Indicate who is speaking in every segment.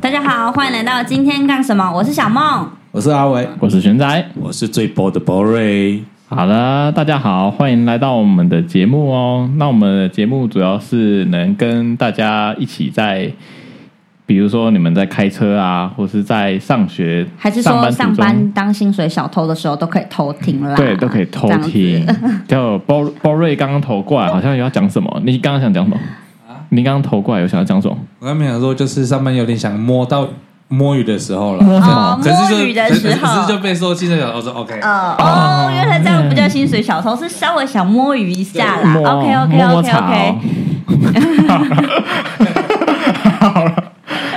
Speaker 1: 大家好，欢迎来到今天干什么？我是小梦。
Speaker 2: 我是阿伟，
Speaker 3: 我是玄仔。
Speaker 2: 我是最薄的博瑞。
Speaker 3: 好了，大家好，欢迎来到我们的节目哦。那我们的节目主要是能跟大家一起在，比如说你们在开车啊，或是在上学，
Speaker 1: 还是说
Speaker 3: 途
Speaker 1: 上
Speaker 3: 中
Speaker 1: 班当薪水小偷的时候都可以偷听啦？
Speaker 3: 对，都可以偷
Speaker 1: 这样子
Speaker 3: 听。叫包包瑞刚刚投过来，好像有要讲什么？你刚刚想讲什么？你刚刚投过来有想要讲什么？
Speaker 2: 我刚没想说，就是上班有点想摸到摸鱼的时候了，
Speaker 3: 摸什
Speaker 1: 哦
Speaker 3: 么？
Speaker 2: 可是就
Speaker 1: 摸鱼的时候
Speaker 2: 可是就被说现在想，我说 OK，
Speaker 4: 嗯
Speaker 1: 呃哦，原来这样不叫薪水小偷，是稍微想摸鱼一下啦。
Speaker 3: 摸
Speaker 1: OK OK
Speaker 3: 摸摸
Speaker 1: OK
Speaker 3: 草
Speaker 1: OK，
Speaker 3: 好了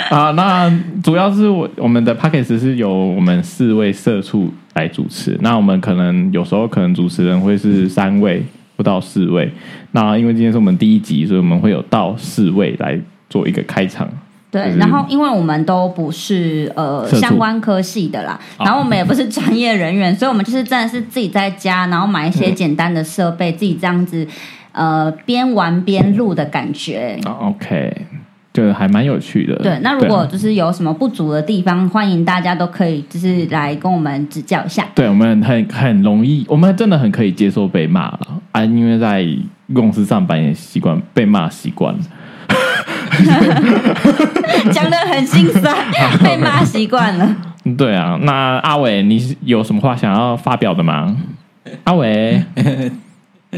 Speaker 3: 啊，那主要是我我们的 p a c k a g e 是由我们四位社畜来主持，那我们可能有时候可能主持人会是三位不到四位，那因为今天是我们第一集，所以我们会有到四位来做一个开场。
Speaker 1: 对，
Speaker 3: 嗯
Speaker 1: 然后因为我们都不是呃
Speaker 3: 社畜
Speaker 1: 相关科系的啦，
Speaker 3: 啊
Speaker 1: 然后我们也不是专业人员，所以我们就是真的是自己在家，然后买一些
Speaker 3: 嗯
Speaker 1: 简单的设备，自己这样子呃边玩边录的感觉。
Speaker 3: 啊 OK，就还蛮有趣的。
Speaker 1: 哦对，那如果
Speaker 3: 啊
Speaker 1: 就是有什么不足的地方，欢迎大家都可以就是来跟我们指教一下。
Speaker 3: 对我们很很容易，我们真的很可以接受被骂了啊，因为在公司上班也习惯被骂习惯了。
Speaker 1: 讲的很心酸，被骂习惯了。
Speaker 3: 对啊，那阿伟，你有什么话想要发表的 吗？阿伟，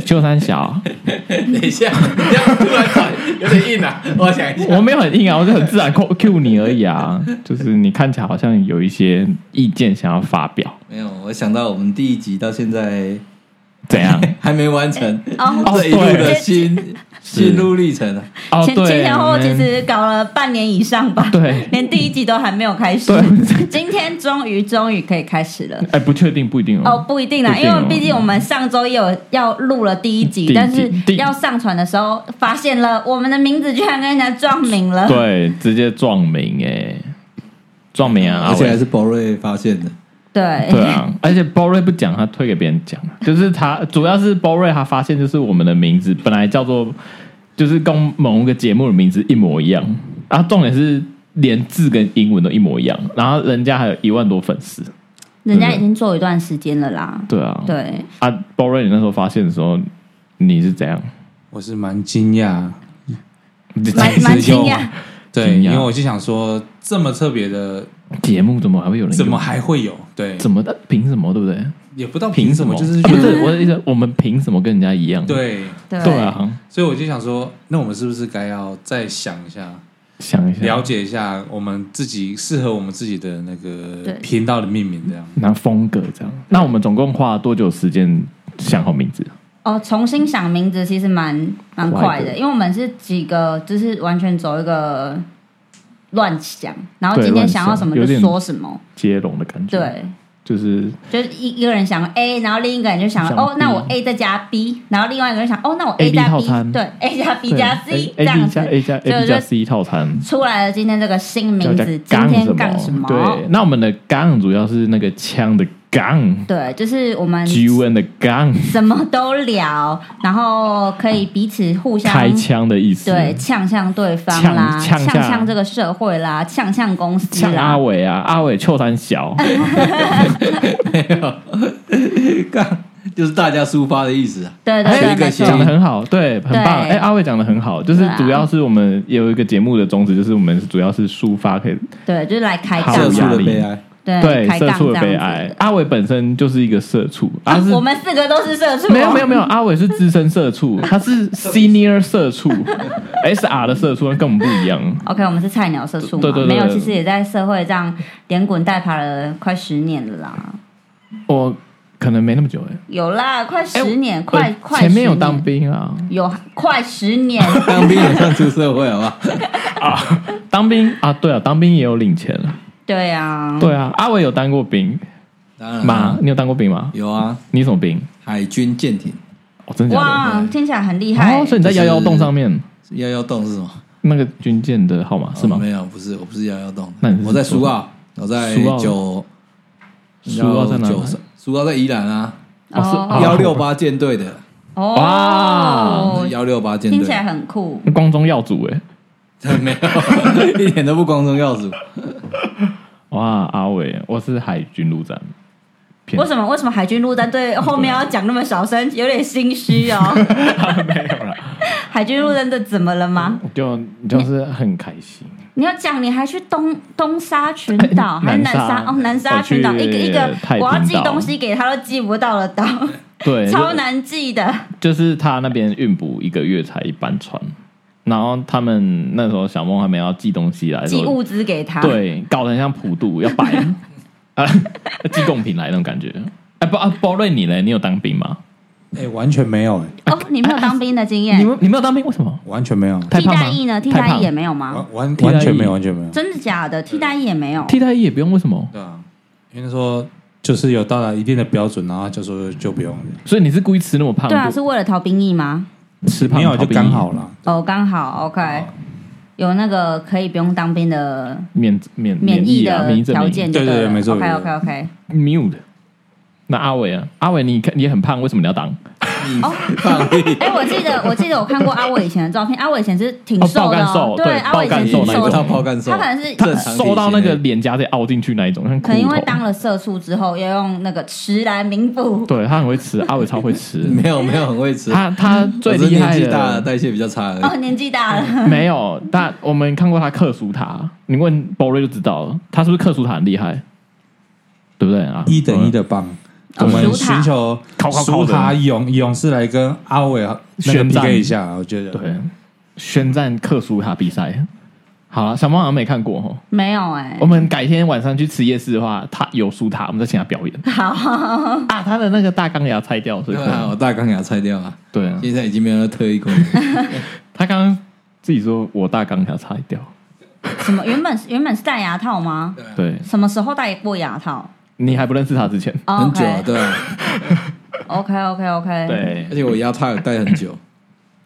Speaker 3: 秋三小，
Speaker 4: 等一下，你这样突然转有点硬啊， 我想一下。
Speaker 3: 我没有很硬啊，我就很自然 Q Q 你而已啊。就是你看起来好像有一些意见想要发表，
Speaker 4: 没有，我想到我们第一集到现在
Speaker 3: 怎 样？
Speaker 4: 还没完成，
Speaker 1: 哦，
Speaker 3: 哦
Speaker 4: 这一路的
Speaker 3: 对
Speaker 4: 心心路历程啊，
Speaker 3: 哦，
Speaker 1: 前
Speaker 3: 对，嗯
Speaker 1: 前前后后
Speaker 3: 我
Speaker 1: 其
Speaker 3: 们
Speaker 1: 实搞了半年以上吧，
Speaker 3: 对
Speaker 1: 连第一集都还没有开始。 今天终于终于可以开始了。
Speaker 3: 哎，不确定，不一定
Speaker 1: 哦
Speaker 3: 哦，。
Speaker 1: 不一定啦，
Speaker 3: 不
Speaker 1: 因
Speaker 3: 一定哦
Speaker 1: 为毕竟我们上周也有要录了第一集，
Speaker 3: 第一集
Speaker 1: 但是
Speaker 3: 第一
Speaker 1: 要上传的时候发现了我们的名字居然跟人家撞名了。
Speaker 3: 对，直接撞名哎，撞名啊，阿
Speaker 4: 而且还
Speaker 3: 伟。
Speaker 4: 是博瑞发现的。
Speaker 1: 对
Speaker 3: 对啊，而且包瑞不讲，他推给别人讲，啊 就是他主要是包瑞他发现就是我们的名字本来叫做就是跟某个节目的名字一模一样，然后重点是连字跟英文都一模一样，然后人家还有一万多粉丝，
Speaker 1: 人家已经做一段时间了啦。
Speaker 3: 对啊，
Speaker 1: 对，
Speaker 3: 啊，包瑞你那时候发现的时候你是怎样？
Speaker 2: 我是蛮惊讶，
Speaker 1: 蛮蛮惊讶，
Speaker 2: 啊对，
Speaker 3: 惊讶
Speaker 2: 因为我就想说，这么特别的，
Speaker 3: 节目怎么还会有人用
Speaker 2: 怎么还会有？对，
Speaker 3: 怎么的？凭什么？对不对？
Speaker 2: 也不知道凭什么，就是
Speaker 3: 啊不
Speaker 2: 觉
Speaker 3: 是
Speaker 2: 得
Speaker 3: 我的意思，我们凭什么跟人家一样？
Speaker 2: 对，
Speaker 1: 对
Speaker 3: 对啊，
Speaker 2: 所以我就想说，那我们是不是该要再想一下，
Speaker 3: 想一下，
Speaker 2: 了解一下我们自己适合我们自己的那个
Speaker 1: 对
Speaker 2: 频道的命名 这样？
Speaker 3: 那风格这样。那我们总共花了多久时间想好名字？
Speaker 1: 哦，重新想名字其实蛮蛮快
Speaker 3: 快
Speaker 1: 的，
Speaker 3: 的
Speaker 1: 因为我们是几个，就是完全走一个乱想，然后
Speaker 3: 对
Speaker 1: 今天
Speaker 3: 乱
Speaker 1: 想
Speaker 3: 想
Speaker 1: 要什么就
Speaker 3: 有点
Speaker 1: 说什么，
Speaker 3: 接龙的感觉，，
Speaker 1: 对，
Speaker 3: 就是
Speaker 1: 就是一一个人想 A，然后另一个人就想
Speaker 3: 想
Speaker 1: 哦，那
Speaker 3: B
Speaker 1: 我 A 再加 B，然后另外一个人想哦，那我
Speaker 3: A B
Speaker 1: 加
Speaker 3: 套
Speaker 1: B，
Speaker 3: 餐
Speaker 1: 对，A 加 B
Speaker 3: 对
Speaker 1: 加 C
Speaker 3: A
Speaker 1: 这
Speaker 3: A 哎 B
Speaker 1: 样
Speaker 3: 加
Speaker 1: 子
Speaker 3: A 加
Speaker 1: 就
Speaker 3: A B 加 C 套餐。
Speaker 1: 出来了今天这个新名
Speaker 3: 叫
Speaker 1: 字，今
Speaker 3: 杠
Speaker 1: 天干什
Speaker 3: 什
Speaker 1: 么？
Speaker 3: 对，那我们的杠主要是那个枪的杠
Speaker 1: 对，就是我们
Speaker 3: ，G U N 的杠，
Speaker 1: 什么都聊，然后可以彼此互相
Speaker 3: 开枪的意思。
Speaker 1: 对，，呛呛对方啦，
Speaker 3: 呛
Speaker 1: 呛
Speaker 3: 呛下
Speaker 1: 这个社会啦，呛呛公司
Speaker 3: 像阿
Speaker 1: 啦。
Speaker 3: 伟啊，阿伟臭三 小，
Speaker 4: 干，就是大家抒发的意思 啊。
Speaker 1: 对对
Speaker 4: 还有
Speaker 1: 对，
Speaker 4: 一个
Speaker 1: 没错
Speaker 4: 谐
Speaker 3: 讲的很好，对，很棒。
Speaker 1: 对
Speaker 3: 哎，阿伟讲的很好，就是
Speaker 1: 对啊
Speaker 3: 主要是我们有一个节目的宗旨，就是我们主要是抒发，可以
Speaker 1: 对，就是来开杠
Speaker 3: 好
Speaker 4: 社畜
Speaker 3: 压
Speaker 4: 的
Speaker 3: 力
Speaker 4: 悲哀，
Speaker 1: 对
Speaker 3: 对
Speaker 1: 嗯开
Speaker 3: 社
Speaker 1: 杠
Speaker 3: 畜
Speaker 1: 这
Speaker 3: 的
Speaker 1: 样
Speaker 3: 悲
Speaker 1: 子
Speaker 3: 哀。阿伟本身就是一个社畜，
Speaker 1: 啊
Speaker 3: 他是
Speaker 1: 我们四个都是社畜哦，
Speaker 3: 没有没有没有，阿伟是资深社畜，他是 senior 社畜，SR 的社畜跟我们不一样。
Speaker 1: OK，我们是菜鸟社畜嘛，
Speaker 3: 对对对
Speaker 1: 没
Speaker 3: 对
Speaker 1: 有，其实也在社会这样连滚带爬了快十年了啦，
Speaker 3: 我可能没那么久哎、
Speaker 1: 有啦，快十年，
Speaker 3: 我
Speaker 1: 快快
Speaker 3: 前面有
Speaker 1: 10年
Speaker 3: 当兵啊，
Speaker 1: 有快十年，
Speaker 4: 当兵也算出社会，好吧？
Speaker 3: 当兵啊，对啊，当兵也有领钱了。
Speaker 1: 对啊，
Speaker 3: 对啊，阿伟有当过兵
Speaker 4: 当然
Speaker 3: 吗
Speaker 4: 啦？，
Speaker 3: 你有当过兵吗？
Speaker 4: 有啊，
Speaker 3: 你什么兵？
Speaker 4: 海军舰艇
Speaker 3: 哦，真的假
Speaker 1: 哇，
Speaker 4: 对
Speaker 1: 听起来很厉
Speaker 3: 的？
Speaker 1: 害
Speaker 3: 哦，，所以你在幺幺洞上面
Speaker 4: 幺幺洞是吗？
Speaker 3: 那个军舰的号码是
Speaker 4: 哦
Speaker 3: 吗？
Speaker 4: 没有，不是，我不是幺幺洞
Speaker 3: 那你是，
Speaker 4: 我在
Speaker 3: 什么
Speaker 4: 苏澳，我在
Speaker 3: 苏澳
Speaker 4: 九，
Speaker 3: 苏澳在哪
Speaker 4: 九三？苏澳在宜兰啊，
Speaker 3: 哦是
Speaker 1: 哦
Speaker 3: 啊
Speaker 4: 幺六八舰队的，
Speaker 1: 哦，
Speaker 3: 哇
Speaker 4: 幺六八舰
Speaker 1: 听
Speaker 4: 队
Speaker 1: 起来很酷，
Speaker 3: 光宗耀祖哎、
Speaker 2: 没 有，一点都不光宗耀祖。
Speaker 3: 哇，阿伟，我是海军陆战，偏
Speaker 1: 为什么为什么海军陆战队后面要讲那么小声，有点心虚 哦？
Speaker 3: 没有啦，
Speaker 1: 海军陆战队怎么了吗？
Speaker 3: 就就是很开心。
Speaker 1: 你要讲，你还去东东沙群岛，还是南
Speaker 3: 南
Speaker 1: 沙
Speaker 3: 沙
Speaker 1: 哦，南沙群岛，
Speaker 3: 我去
Speaker 1: 一个一个
Speaker 3: 太平，岛哎
Speaker 1: 我要寄东西给他都寄不到 的岛，
Speaker 3: 对，
Speaker 1: 超难寄的。
Speaker 3: 就就是他那边运补一个月才一班船，然后他们那时候小梦还没有要寄东西来的时候，
Speaker 1: 寄物资给他，，
Speaker 3: 对，搞得很像普渡要摆 啊，寄贡品来那种感觉。哎、包啊，包瑞你嘞？你有当兵吗？
Speaker 2: 哎、完全没有、哎，
Speaker 1: 哦，你没有当兵的经
Speaker 3: 你
Speaker 1: 验，
Speaker 3: 们你没有当兵，为什么？
Speaker 2: 完全没有，
Speaker 3: 太
Speaker 1: 哎替
Speaker 3: 胖吗
Speaker 1: 代役呢？替
Speaker 3: 太
Speaker 1: 代
Speaker 3: 胖
Speaker 1: 役也没有吗？
Speaker 3: 啊
Speaker 2: 完完
Speaker 3: 替代役
Speaker 2: 完全没有，完全没有。
Speaker 1: 真的假的？替代役也没有，
Speaker 3: 替代役也不用，为什么？
Speaker 2: 对啊，因为说就是有到达一定的标准，然后就说就不用了，
Speaker 3: 所以你是故意吃那么胖？
Speaker 1: 对啊，
Speaker 3: 不
Speaker 1: 是为了逃兵役吗？
Speaker 3: 吃胖
Speaker 2: 没有就
Speaker 3: 逃兵
Speaker 2: 刚好了。
Speaker 1: 哦，刚好
Speaker 3: 哦
Speaker 1: OK，有那个可以不用当兵的
Speaker 3: 免免
Speaker 1: 免
Speaker 3: 疫
Speaker 1: 疫
Speaker 3: 啊，免
Speaker 1: 的
Speaker 3: 疫证
Speaker 1: 条
Speaker 3: 明
Speaker 1: 件就
Speaker 2: 对
Speaker 1: 了，
Speaker 2: 对对没错
Speaker 1: OK
Speaker 2: 没错
Speaker 1: OK OK，
Speaker 3: mute。那阿伟啊，阿伟你看你很胖，为什么你要当？
Speaker 1: 哦，
Speaker 2: 放屁！
Speaker 1: 哎，我记得我记得我看过阿伟以前的照片，阿伟以前是挺
Speaker 3: 哦
Speaker 1: 瘦
Speaker 3: 爆
Speaker 1: 的
Speaker 3: 干
Speaker 1: 哦
Speaker 3: 瘦，
Speaker 1: 对，
Speaker 3: 对
Speaker 1: 阿伟以前
Speaker 3: 爆干瘦
Speaker 1: 挺
Speaker 3: 那
Speaker 1: 瘦
Speaker 3: 一
Speaker 1: 的
Speaker 3: 种
Speaker 2: 他，抛干瘦
Speaker 1: 他，可能是
Speaker 2: 正常
Speaker 3: 瘦到那
Speaker 2: 体
Speaker 3: 个
Speaker 2: 型
Speaker 3: 脸颊直接凹进去那一种，像
Speaker 1: 可
Speaker 3: 骨
Speaker 1: 能因为
Speaker 3: 头。
Speaker 1: 当了社畜之后，要用那个吃来弥补。
Speaker 3: 对他很会吃，阿伟超会吃。
Speaker 4: 没有没有很会吃，
Speaker 3: 他他最
Speaker 4: 我是
Speaker 3: 厉
Speaker 4: 年
Speaker 3: 害
Speaker 4: 纪 大了，
Speaker 3: 的
Speaker 4: 代谢比较差而
Speaker 1: 哦，
Speaker 4: 已。
Speaker 1: 年纪大了，
Speaker 3: 没有，但我们看过他克苏塔，你问 b o r 就知道了，他是不是克苏塔很厉害？对不对啊？
Speaker 2: 一等一的棒。
Speaker 1: 哦
Speaker 2: 我们
Speaker 1: 舒塔
Speaker 2: 寻求
Speaker 3: 靠靠靠
Speaker 2: 舒
Speaker 3: 的
Speaker 2: 塔勇勇士来跟阿伟那个
Speaker 3: 宣战
Speaker 2: PK 一下，我觉得
Speaker 3: 对，宣战克苏塔比赛。好了，小猫好像没看过哦。
Speaker 1: 没有哎
Speaker 3: 我，们改天晚上去吃夜市的话，他有苏塔，我们再请他表演
Speaker 1: 好，
Speaker 3: 啊。他的那个大钢牙拆掉，所以
Speaker 4: 对
Speaker 3: 可
Speaker 4: 啊，
Speaker 3: 能
Speaker 4: 我大纲给他拆掉啊，
Speaker 3: 对啊，
Speaker 4: 现在已经没有那特异功能。
Speaker 3: 他刚刚自己说我大钢牙拆掉。
Speaker 1: 什么原本原本是戴牙套吗？
Speaker 4: 啊
Speaker 3: 对
Speaker 1: 什么时候戴过牙套？
Speaker 3: 你还不认识他之前，
Speaker 1: 哦
Speaker 4: 很久啊，对啊，
Speaker 1: OK OK OK，，
Speaker 3: 对
Speaker 4: 而，且我牙套有戴很久，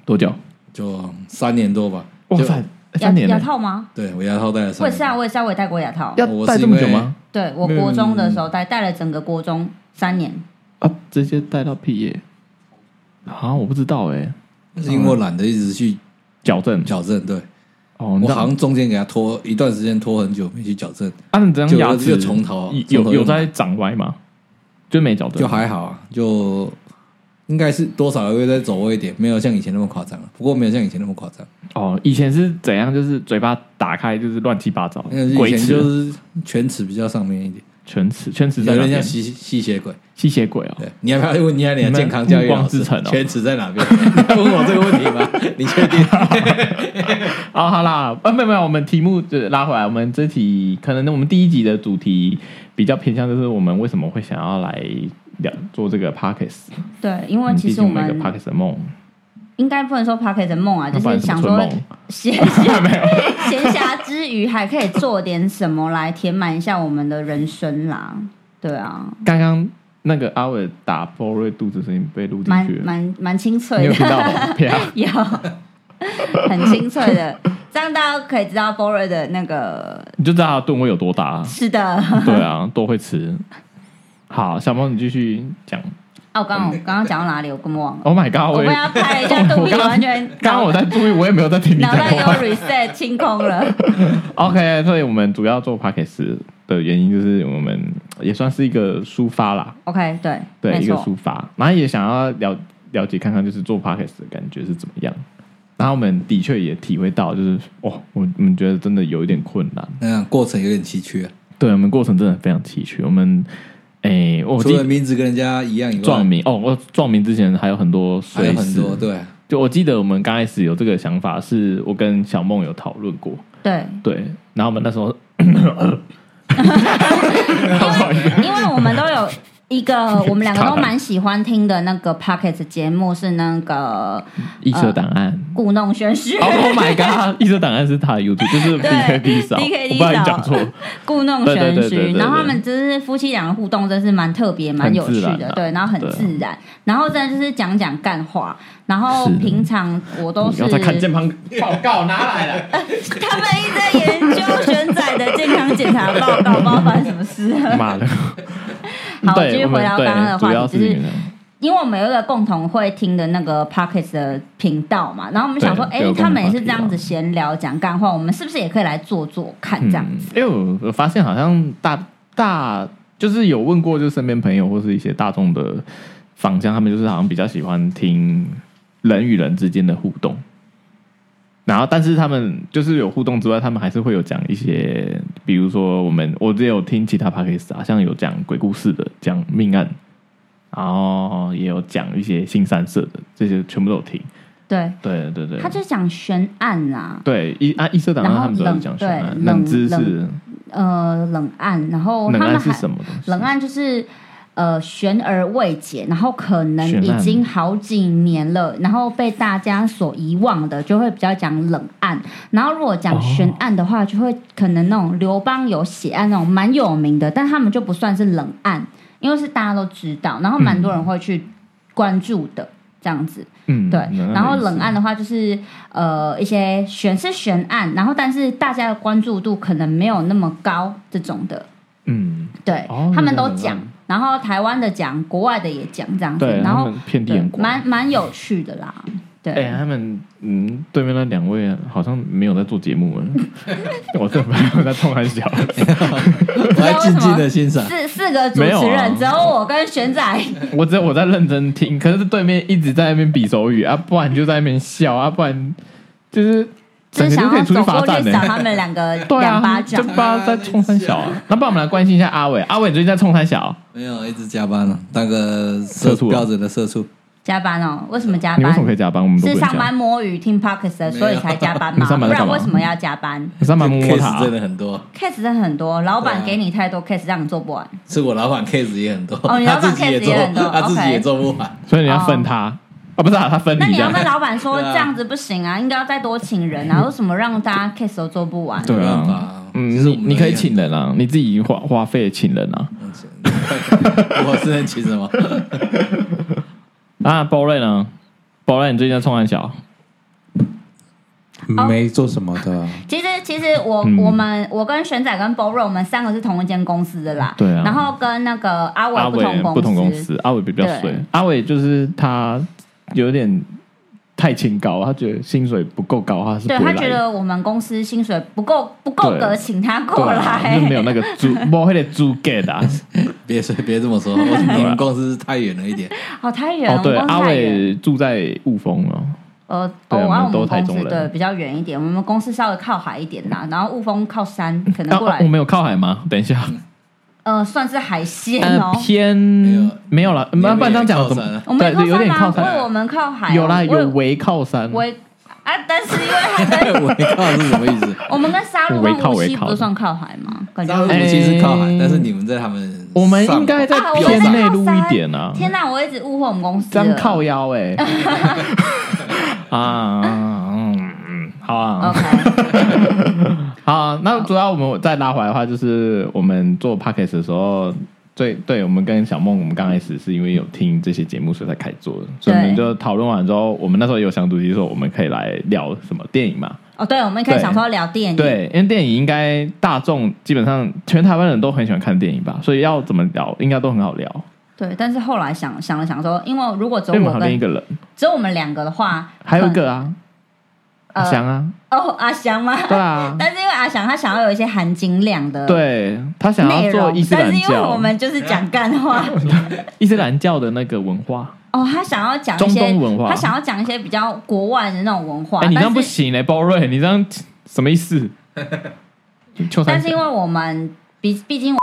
Speaker 3: 多久？
Speaker 4: 就三年多吧。
Speaker 3: 哇
Speaker 4: 就
Speaker 3: 塞，
Speaker 1: 牙
Speaker 3: 三年
Speaker 1: 牙
Speaker 3: 了，
Speaker 1: 套吗？
Speaker 4: 对我牙套戴了
Speaker 1: 我
Speaker 4: 三
Speaker 1: 也是啊，
Speaker 4: 年，
Speaker 1: 我也是啊，我也戴过牙套。
Speaker 3: 要
Speaker 4: 我
Speaker 3: 戴
Speaker 4: 是
Speaker 3: 这
Speaker 4: 因
Speaker 3: 么久
Speaker 4: 为
Speaker 3: 吗？
Speaker 1: 对我国中的时候戴，戴了整个国中三年。
Speaker 3: 啊，直接戴到毕业啊？我不知道哎、
Speaker 4: 是因为我懒得一直去
Speaker 3: 矫正
Speaker 4: 矫正。对
Speaker 3: 哦，你
Speaker 4: 我
Speaker 3: 知
Speaker 4: 好
Speaker 3: 道
Speaker 4: 像中间给他拖一段时间，拖很久没去矫正，
Speaker 3: 啊，你这样
Speaker 4: 就
Speaker 3: 牙齿
Speaker 4: 就从头
Speaker 3: 有
Speaker 4: 从头
Speaker 3: 有有
Speaker 4: 用
Speaker 3: 在长歪吗？就没矫正，
Speaker 4: 就还好啊，就应该是多少会再走位一点，没有像以前那么夸张了。不过没有像以前那么夸张，
Speaker 3: 哦。以前是怎样？就是嘴巴打开就是乱七八糟
Speaker 4: 因为，
Speaker 3: 鬼
Speaker 4: 以前
Speaker 3: 齿、
Speaker 4: 就是全齿比较上面一点，
Speaker 3: 全齿、全齿在
Speaker 4: 有
Speaker 3: 哪
Speaker 4: 点像
Speaker 3: 边？
Speaker 4: 吸吸血鬼。
Speaker 3: 吸血鬼哦。
Speaker 4: 对，你要不要问一下你的健康教
Speaker 3: 你
Speaker 4: 育老
Speaker 3: 们暮光之
Speaker 4: 师
Speaker 3: 城哦
Speaker 4: 全齿在哪边？ 你要问我这个问题吗？你确定？
Speaker 3: 啊，好啦，啊，没有没有，我们题目就拉回来，我们这题可能我们第一集的主题比较偏向就是我们为什么会想要来聊做这个 pockets，
Speaker 1: 对，因为其实我
Speaker 3: 们一个
Speaker 1: 们
Speaker 3: pockets 的梦，
Speaker 1: 应该不能说 p a r k e 的梦啊，就
Speaker 3: 那不然
Speaker 1: 是
Speaker 3: 什
Speaker 1: 想
Speaker 3: 么春
Speaker 1: 说
Speaker 3: 梦？
Speaker 1: 闲暇闲暇之余还可以做点什么来填满一下我们的人生啦。对啊，
Speaker 3: 刚刚那个阿伟打波瑞肚子声音被录进
Speaker 1: 蛮
Speaker 3: 去了，
Speaker 1: 蛮蛮清
Speaker 3: 你
Speaker 1: 脆
Speaker 3: 有听到
Speaker 1: 的，
Speaker 3: 吗？ 啪！
Speaker 1: 有很清脆的，这样大家可以知道 Bora 的那个。
Speaker 3: 你就知道它的吨位有多大、啊
Speaker 1: 是的。
Speaker 3: 对啊，多会吃。好，小猫你继续讲。
Speaker 1: 哦，我刚刚我刚刚讲到哪里？我根本忘了。
Speaker 3: Oh my god！
Speaker 1: 我
Speaker 3: 我
Speaker 1: 被
Speaker 3: 也
Speaker 1: 他拍了一下肚皮，
Speaker 3: 我刚
Speaker 1: 完全
Speaker 3: 刚刚我在注意，我也没有在听你
Speaker 1: 脑
Speaker 3: 讲
Speaker 1: 袋给我
Speaker 3: 话。
Speaker 1: reset 清空了。
Speaker 3: OK，所以我们主要做 podcast 的原因就是我们也算是一个抒发啦，
Speaker 1: OK，对，
Speaker 3: 对，
Speaker 1: 没
Speaker 3: 一个
Speaker 1: 错。
Speaker 3: 抒发，然后也想要了了解看看，就是做 podcast 的感觉是怎么样。然后我们的确也体会到，就是哦，我我们觉得真的有一点困难，
Speaker 4: 嗯，过程有点崎岖啊。
Speaker 3: 对我们过程真的非常崎岖。我们诶，我
Speaker 4: 除
Speaker 3: 记
Speaker 4: 了名字跟人家一样以外，
Speaker 3: 撞名哦，我撞名之前还有很多
Speaker 4: 还
Speaker 3: 碎
Speaker 4: 有
Speaker 3: 事，
Speaker 4: 很多对。
Speaker 3: 就我记得我们刚开始有这个想法，是我跟小梦有讨论过，
Speaker 1: 对，
Speaker 3: 对。然后我们那时候，
Speaker 1: 因为我们都有一个，我们两个都蛮喜欢听的那个 Pocket 节目是那个
Speaker 3: 异
Speaker 1: 呃
Speaker 3: 色档案、
Speaker 1: 故弄玄虚，
Speaker 3: o h Oh my god！异色档案是他的 YouTube，就是
Speaker 1: 对
Speaker 3: DKD 少，
Speaker 1: DKD
Speaker 3: 我不然
Speaker 1: 少
Speaker 3: 讲错，
Speaker 1: 故弄
Speaker 3: 对对
Speaker 1: 玄
Speaker 3: 对对对
Speaker 1: 虚。
Speaker 3: 对
Speaker 1: 然后他们就是夫妻俩的互动，真是蛮特别、蛮有趣
Speaker 3: 很自然
Speaker 1: 的
Speaker 3: 啊，
Speaker 1: 对，然后
Speaker 3: 对啊
Speaker 1: 很自然。然后再就是讲讲干话，然后
Speaker 3: 是
Speaker 1: 平常我都
Speaker 3: 不
Speaker 1: 是
Speaker 3: 要嗯再看健康报告拿来了。
Speaker 1: 他们一直在研究玄仔的健康检查报 告，不知道发生什么事。
Speaker 3: 妈的！
Speaker 1: 好，我
Speaker 3: 对
Speaker 1: 继续
Speaker 3: 我们
Speaker 1: 回到
Speaker 3: 对
Speaker 1: 刚刚的
Speaker 3: 主
Speaker 1: 话
Speaker 3: 要
Speaker 1: 题，就是
Speaker 3: 你们
Speaker 1: 因为我们有一个共同会听的那个 Pockets 的频道嘛，然后我们想说，
Speaker 3: 对
Speaker 1: 哎、
Speaker 3: 有共同
Speaker 1: 他们也是
Speaker 3: 话题
Speaker 1: 这样
Speaker 3: 啊
Speaker 1: 子闲聊讲干话，我们是不是也可以来做做看这样子？
Speaker 3: 因为我嗯哎我发现好像大大就是有问过，就是身边朋友或是一些大众的坊间，他们就是好像比较喜欢听人与人之间的互动。然后，但是他们就是有互动之外，他们还是会有讲一些，比如说我们我之前有听其他 p a c k a g e 啊，像有讲鬼故事的，讲命案，然后也有讲一些性三色的，这些全部都有听。
Speaker 1: 对，
Speaker 3: 嗯对对对
Speaker 1: 他，就讲悬案啦、
Speaker 3: 对一啊一色档案他们都有讲什
Speaker 1: 然后
Speaker 3: 么
Speaker 1: 冷对
Speaker 3: 冷知识
Speaker 1: 冷，呃，冷案，然后
Speaker 3: 冷
Speaker 1: 哦他
Speaker 3: 案
Speaker 1: 们
Speaker 3: 是
Speaker 1: 还
Speaker 3: 什么东西？
Speaker 1: 冷案就是呃悬而未解，然后可能
Speaker 3: 悬
Speaker 1: 已
Speaker 3: 案
Speaker 1: 经好几年了，然后被大家所遗忘的，就会比较讲冷案。然后如果
Speaker 3: 哦
Speaker 1: 讲悬案的话，就会可能那种刘邦有血案那种蛮有名的，但他们就不算是冷案，因为是大家都知道，然后蛮多人会去关注的。这样子，
Speaker 3: 嗯，
Speaker 1: 对。
Speaker 3: 冷
Speaker 1: 然后
Speaker 3: 没意思
Speaker 1: 冷案的话，就是呃一些悬是悬案，然后但是大家的关注度可能没有那么高这种的，
Speaker 3: 嗯，
Speaker 1: 对、
Speaker 3: 哦
Speaker 1: 他们都
Speaker 3: 原来是这
Speaker 1: 讲
Speaker 3: 样，
Speaker 1: 然后台湾的讲，国外的也讲这样子，
Speaker 3: 对，
Speaker 1: 然
Speaker 3: 他
Speaker 1: 后
Speaker 3: 们遍地
Speaker 1: 对
Speaker 3: 眼光。
Speaker 1: 蛮蛮有趣的啦，对，
Speaker 3: 哎、他们嗯，对面那两位好像没有在做 节目了，啊 我这朋友在冲很小，
Speaker 4: 我还静静的
Speaker 3: 啊
Speaker 4: 欣赏。
Speaker 1: 四四个主
Speaker 3: 没有
Speaker 1: 持人，
Speaker 3: 啊
Speaker 1: 只有我跟玄仔，
Speaker 3: 我只有我在认真听，可是对面一直在那边比手语啊，不然就在那边笑啊，不然就是
Speaker 1: 就
Speaker 3: 整
Speaker 1: 是
Speaker 3: 个
Speaker 1: 想
Speaker 3: 就啊可以
Speaker 1: 要
Speaker 3: 出去
Speaker 1: 走
Speaker 3: 罚
Speaker 1: 过
Speaker 3: 站
Speaker 1: 去
Speaker 3: 呢、
Speaker 1: 赏他们两个
Speaker 3: 对
Speaker 1: 两巴
Speaker 3: 啊，就
Speaker 1: 掌
Speaker 3: 不。知道在冲三小、啊。那不然我们来关心一下阿伟，阿伟你最近在冲三小，
Speaker 4: 没有，一直加班了，当个
Speaker 3: 社
Speaker 4: 社
Speaker 3: 畜啊
Speaker 4: 标准的社畜。
Speaker 1: 加班哦？为什么加
Speaker 3: 你为什么可以
Speaker 1: 班？
Speaker 3: 加班？我们都不
Speaker 1: 是
Speaker 3: 能
Speaker 1: 上
Speaker 3: 加
Speaker 1: 班。摸鱼听 Parkes 的，所以才加班嘛？
Speaker 3: 没有你上
Speaker 1: 不
Speaker 3: 班在干
Speaker 1: 然
Speaker 3: 嘛
Speaker 1: 为什么要加班
Speaker 3: 你上班摸摸他、啊
Speaker 4: case 真的很多，
Speaker 1: ？case 真的很多，老板
Speaker 4: 对啊
Speaker 1: 给你太多 case 让你做不完。
Speaker 4: 是我老板 case 也很多，
Speaker 1: 哦你老
Speaker 4: 他
Speaker 1: 板
Speaker 4: 自己也
Speaker 1: case
Speaker 4: 做
Speaker 1: 也很，多
Speaker 4: 他自己也
Speaker 1: OK
Speaker 4: 做不完。
Speaker 3: 所以你要分他啊、不是、啊、他分
Speaker 1: 哦那
Speaker 3: 你
Speaker 1: 你
Speaker 3: 这
Speaker 1: 要
Speaker 3: 样。嗯
Speaker 1: 跟老板说
Speaker 4: 对啊
Speaker 1: 这样子不行啊，应该要再多请人啊，为什么让大家 case 都做不完？
Speaker 3: 对
Speaker 4: 没办法
Speaker 3: 啊
Speaker 4: 啊，
Speaker 3: 嗯，
Speaker 4: 其实
Speaker 3: 你
Speaker 4: 我们
Speaker 3: 你可以
Speaker 4: 也
Speaker 3: 请人啊，你自己花花费请人啊。
Speaker 4: 我是能请什么？
Speaker 3: 啊，包瑞呢？包瑞，你最近在冲安小？
Speaker 2: 没做什么的啊，
Speaker 1: 其实，其实我、
Speaker 3: 嗯
Speaker 1: 我们我跟玄仔跟 Boro 我们三个是同一间公司的啦。
Speaker 3: 对啊
Speaker 1: 然后跟那个阿
Speaker 3: 阿
Speaker 1: 伟不
Speaker 3: 伟
Speaker 1: 同公司。
Speaker 3: 不同公司，阿伟比较水
Speaker 1: 对。
Speaker 3: 阿伟就是他有点太清高，他觉得薪水不够高，他是不
Speaker 1: 对
Speaker 3: 会
Speaker 1: 他
Speaker 3: 来
Speaker 1: 觉
Speaker 3: 的。
Speaker 1: 得我们公司薪水不够不够格，
Speaker 3: 对
Speaker 1: 请他
Speaker 3: 对
Speaker 1: 过
Speaker 3: 啊，
Speaker 1: 来。
Speaker 3: 就没有那个猪，不会的猪 get 啊。
Speaker 4: 别说别这 么说，我你们公司太远了一点，
Speaker 1: 好太远，
Speaker 3: 哦，对，
Speaker 1: 我们公
Speaker 3: 阿
Speaker 1: 司太远。
Speaker 3: 伟住在雾峰哦。
Speaker 1: 呃，
Speaker 3: 对
Speaker 1: 哦，
Speaker 3: 我
Speaker 1: 然后
Speaker 3: 们都
Speaker 1: 我们
Speaker 3: 台
Speaker 1: 公
Speaker 3: 中
Speaker 1: 司
Speaker 3: 人
Speaker 1: 对比较远一点，我们公司稍微靠海一点啦，然后雾峰靠山，可能
Speaker 3: 啊
Speaker 1: 过来、
Speaker 3: 啊我们有靠海吗？等一下，
Speaker 1: 呃算是海鲜
Speaker 3: 呃
Speaker 1: 哦。，
Speaker 3: 偏
Speaker 4: 有
Speaker 3: 没有了，不然不然这样讲
Speaker 4: 靠
Speaker 3: 怎
Speaker 4: 山
Speaker 3: 么
Speaker 4: 啊？
Speaker 1: 我们
Speaker 3: 对，
Speaker 1: 靠
Speaker 3: 有
Speaker 1: 山
Speaker 3: 点
Speaker 1: 吗？
Speaker 3: 靠
Speaker 1: 不
Speaker 3: 山，
Speaker 1: 过我们靠海哦、
Speaker 3: 有啦，
Speaker 1: 我
Speaker 3: 有围靠山，
Speaker 1: 我啊，但是因为还跟
Speaker 4: 我靠是什么意思？
Speaker 1: 我们跟沙鹿
Speaker 3: 围
Speaker 1: 跟
Speaker 3: 靠
Speaker 1: 无
Speaker 3: 围
Speaker 1: 锡
Speaker 3: 靠
Speaker 1: 不算靠海吗？感觉
Speaker 4: 沙鹿
Speaker 3: 哎
Speaker 4: 其实靠海，但是你们在他们
Speaker 3: 我们应该在
Speaker 1: 啊我们
Speaker 3: 偏
Speaker 1: 在靠
Speaker 3: 内陆一
Speaker 1: 山
Speaker 3: 点啊。
Speaker 1: 天哪，我一直误会我们公司
Speaker 3: 这样
Speaker 1: 了。
Speaker 3: 靠腰哎、欸， 啊，嗯，嗯好啊，
Speaker 1: OK，
Speaker 3: 好啊。那主要我们再拉回来的话，就是我们做 podcast 的时候，最对我们跟小梦，我们刚开始是因为有听这些节目，所以才开始做的。所以我们就讨论完之后，我们那时候也有想主题说，我们可以来聊什么电影嘛？
Speaker 1: 哦，对，我们可以想说聊电影，，
Speaker 3: 对，因为电影应该大众基本上全台湾人都很喜欢看电影吧，所以要怎么聊，应该都很好聊。
Speaker 1: 对。但是后来想想了想说，因为如果只
Speaker 3: 因为
Speaker 1: 有
Speaker 3: 我们
Speaker 1: 我
Speaker 3: 好另一
Speaker 1: 跟
Speaker 3: 个人，
Speaker 1: 只有我们两个的话，
Speaker 3: 还有一个啊，
Speaker 1: 呃
Speaker 3: 翔啊，
Speaker 1: 哦，阿翔吗？
Speaker 3: 对啊，
Speaker 1: 但是因为阿翔他想要有一些含金量的
Speaker 3: 对他想
Speaker 1: 呃内
Speaker 3: 要做
Speaker 1: 容
Speaker 3: 伊，斯
Speaker 1: 但
Speaker 3: 兰
Speaker 1: 是因为我
Speaker 3: 教，
Speaker 1: 们就是讲干 话
Speaker 3: 伊斯兰教的那个文化。
Speaker 1: 哦，他想要讲一
Speaker 3: 中
Speaker 1: 些
Speaker 3: 东文化
Speaker 1: 他想要讲一些比较国外的那种文化，
Speaker 3: 哎，你这
Speaker 1: 但
Speaker 3: 样不
Speaker 1: 是
Speaker 3: 行嘞，包瑞，你这样什么 意思？秋山
Speaker 1: 但是因为我们毕毕竟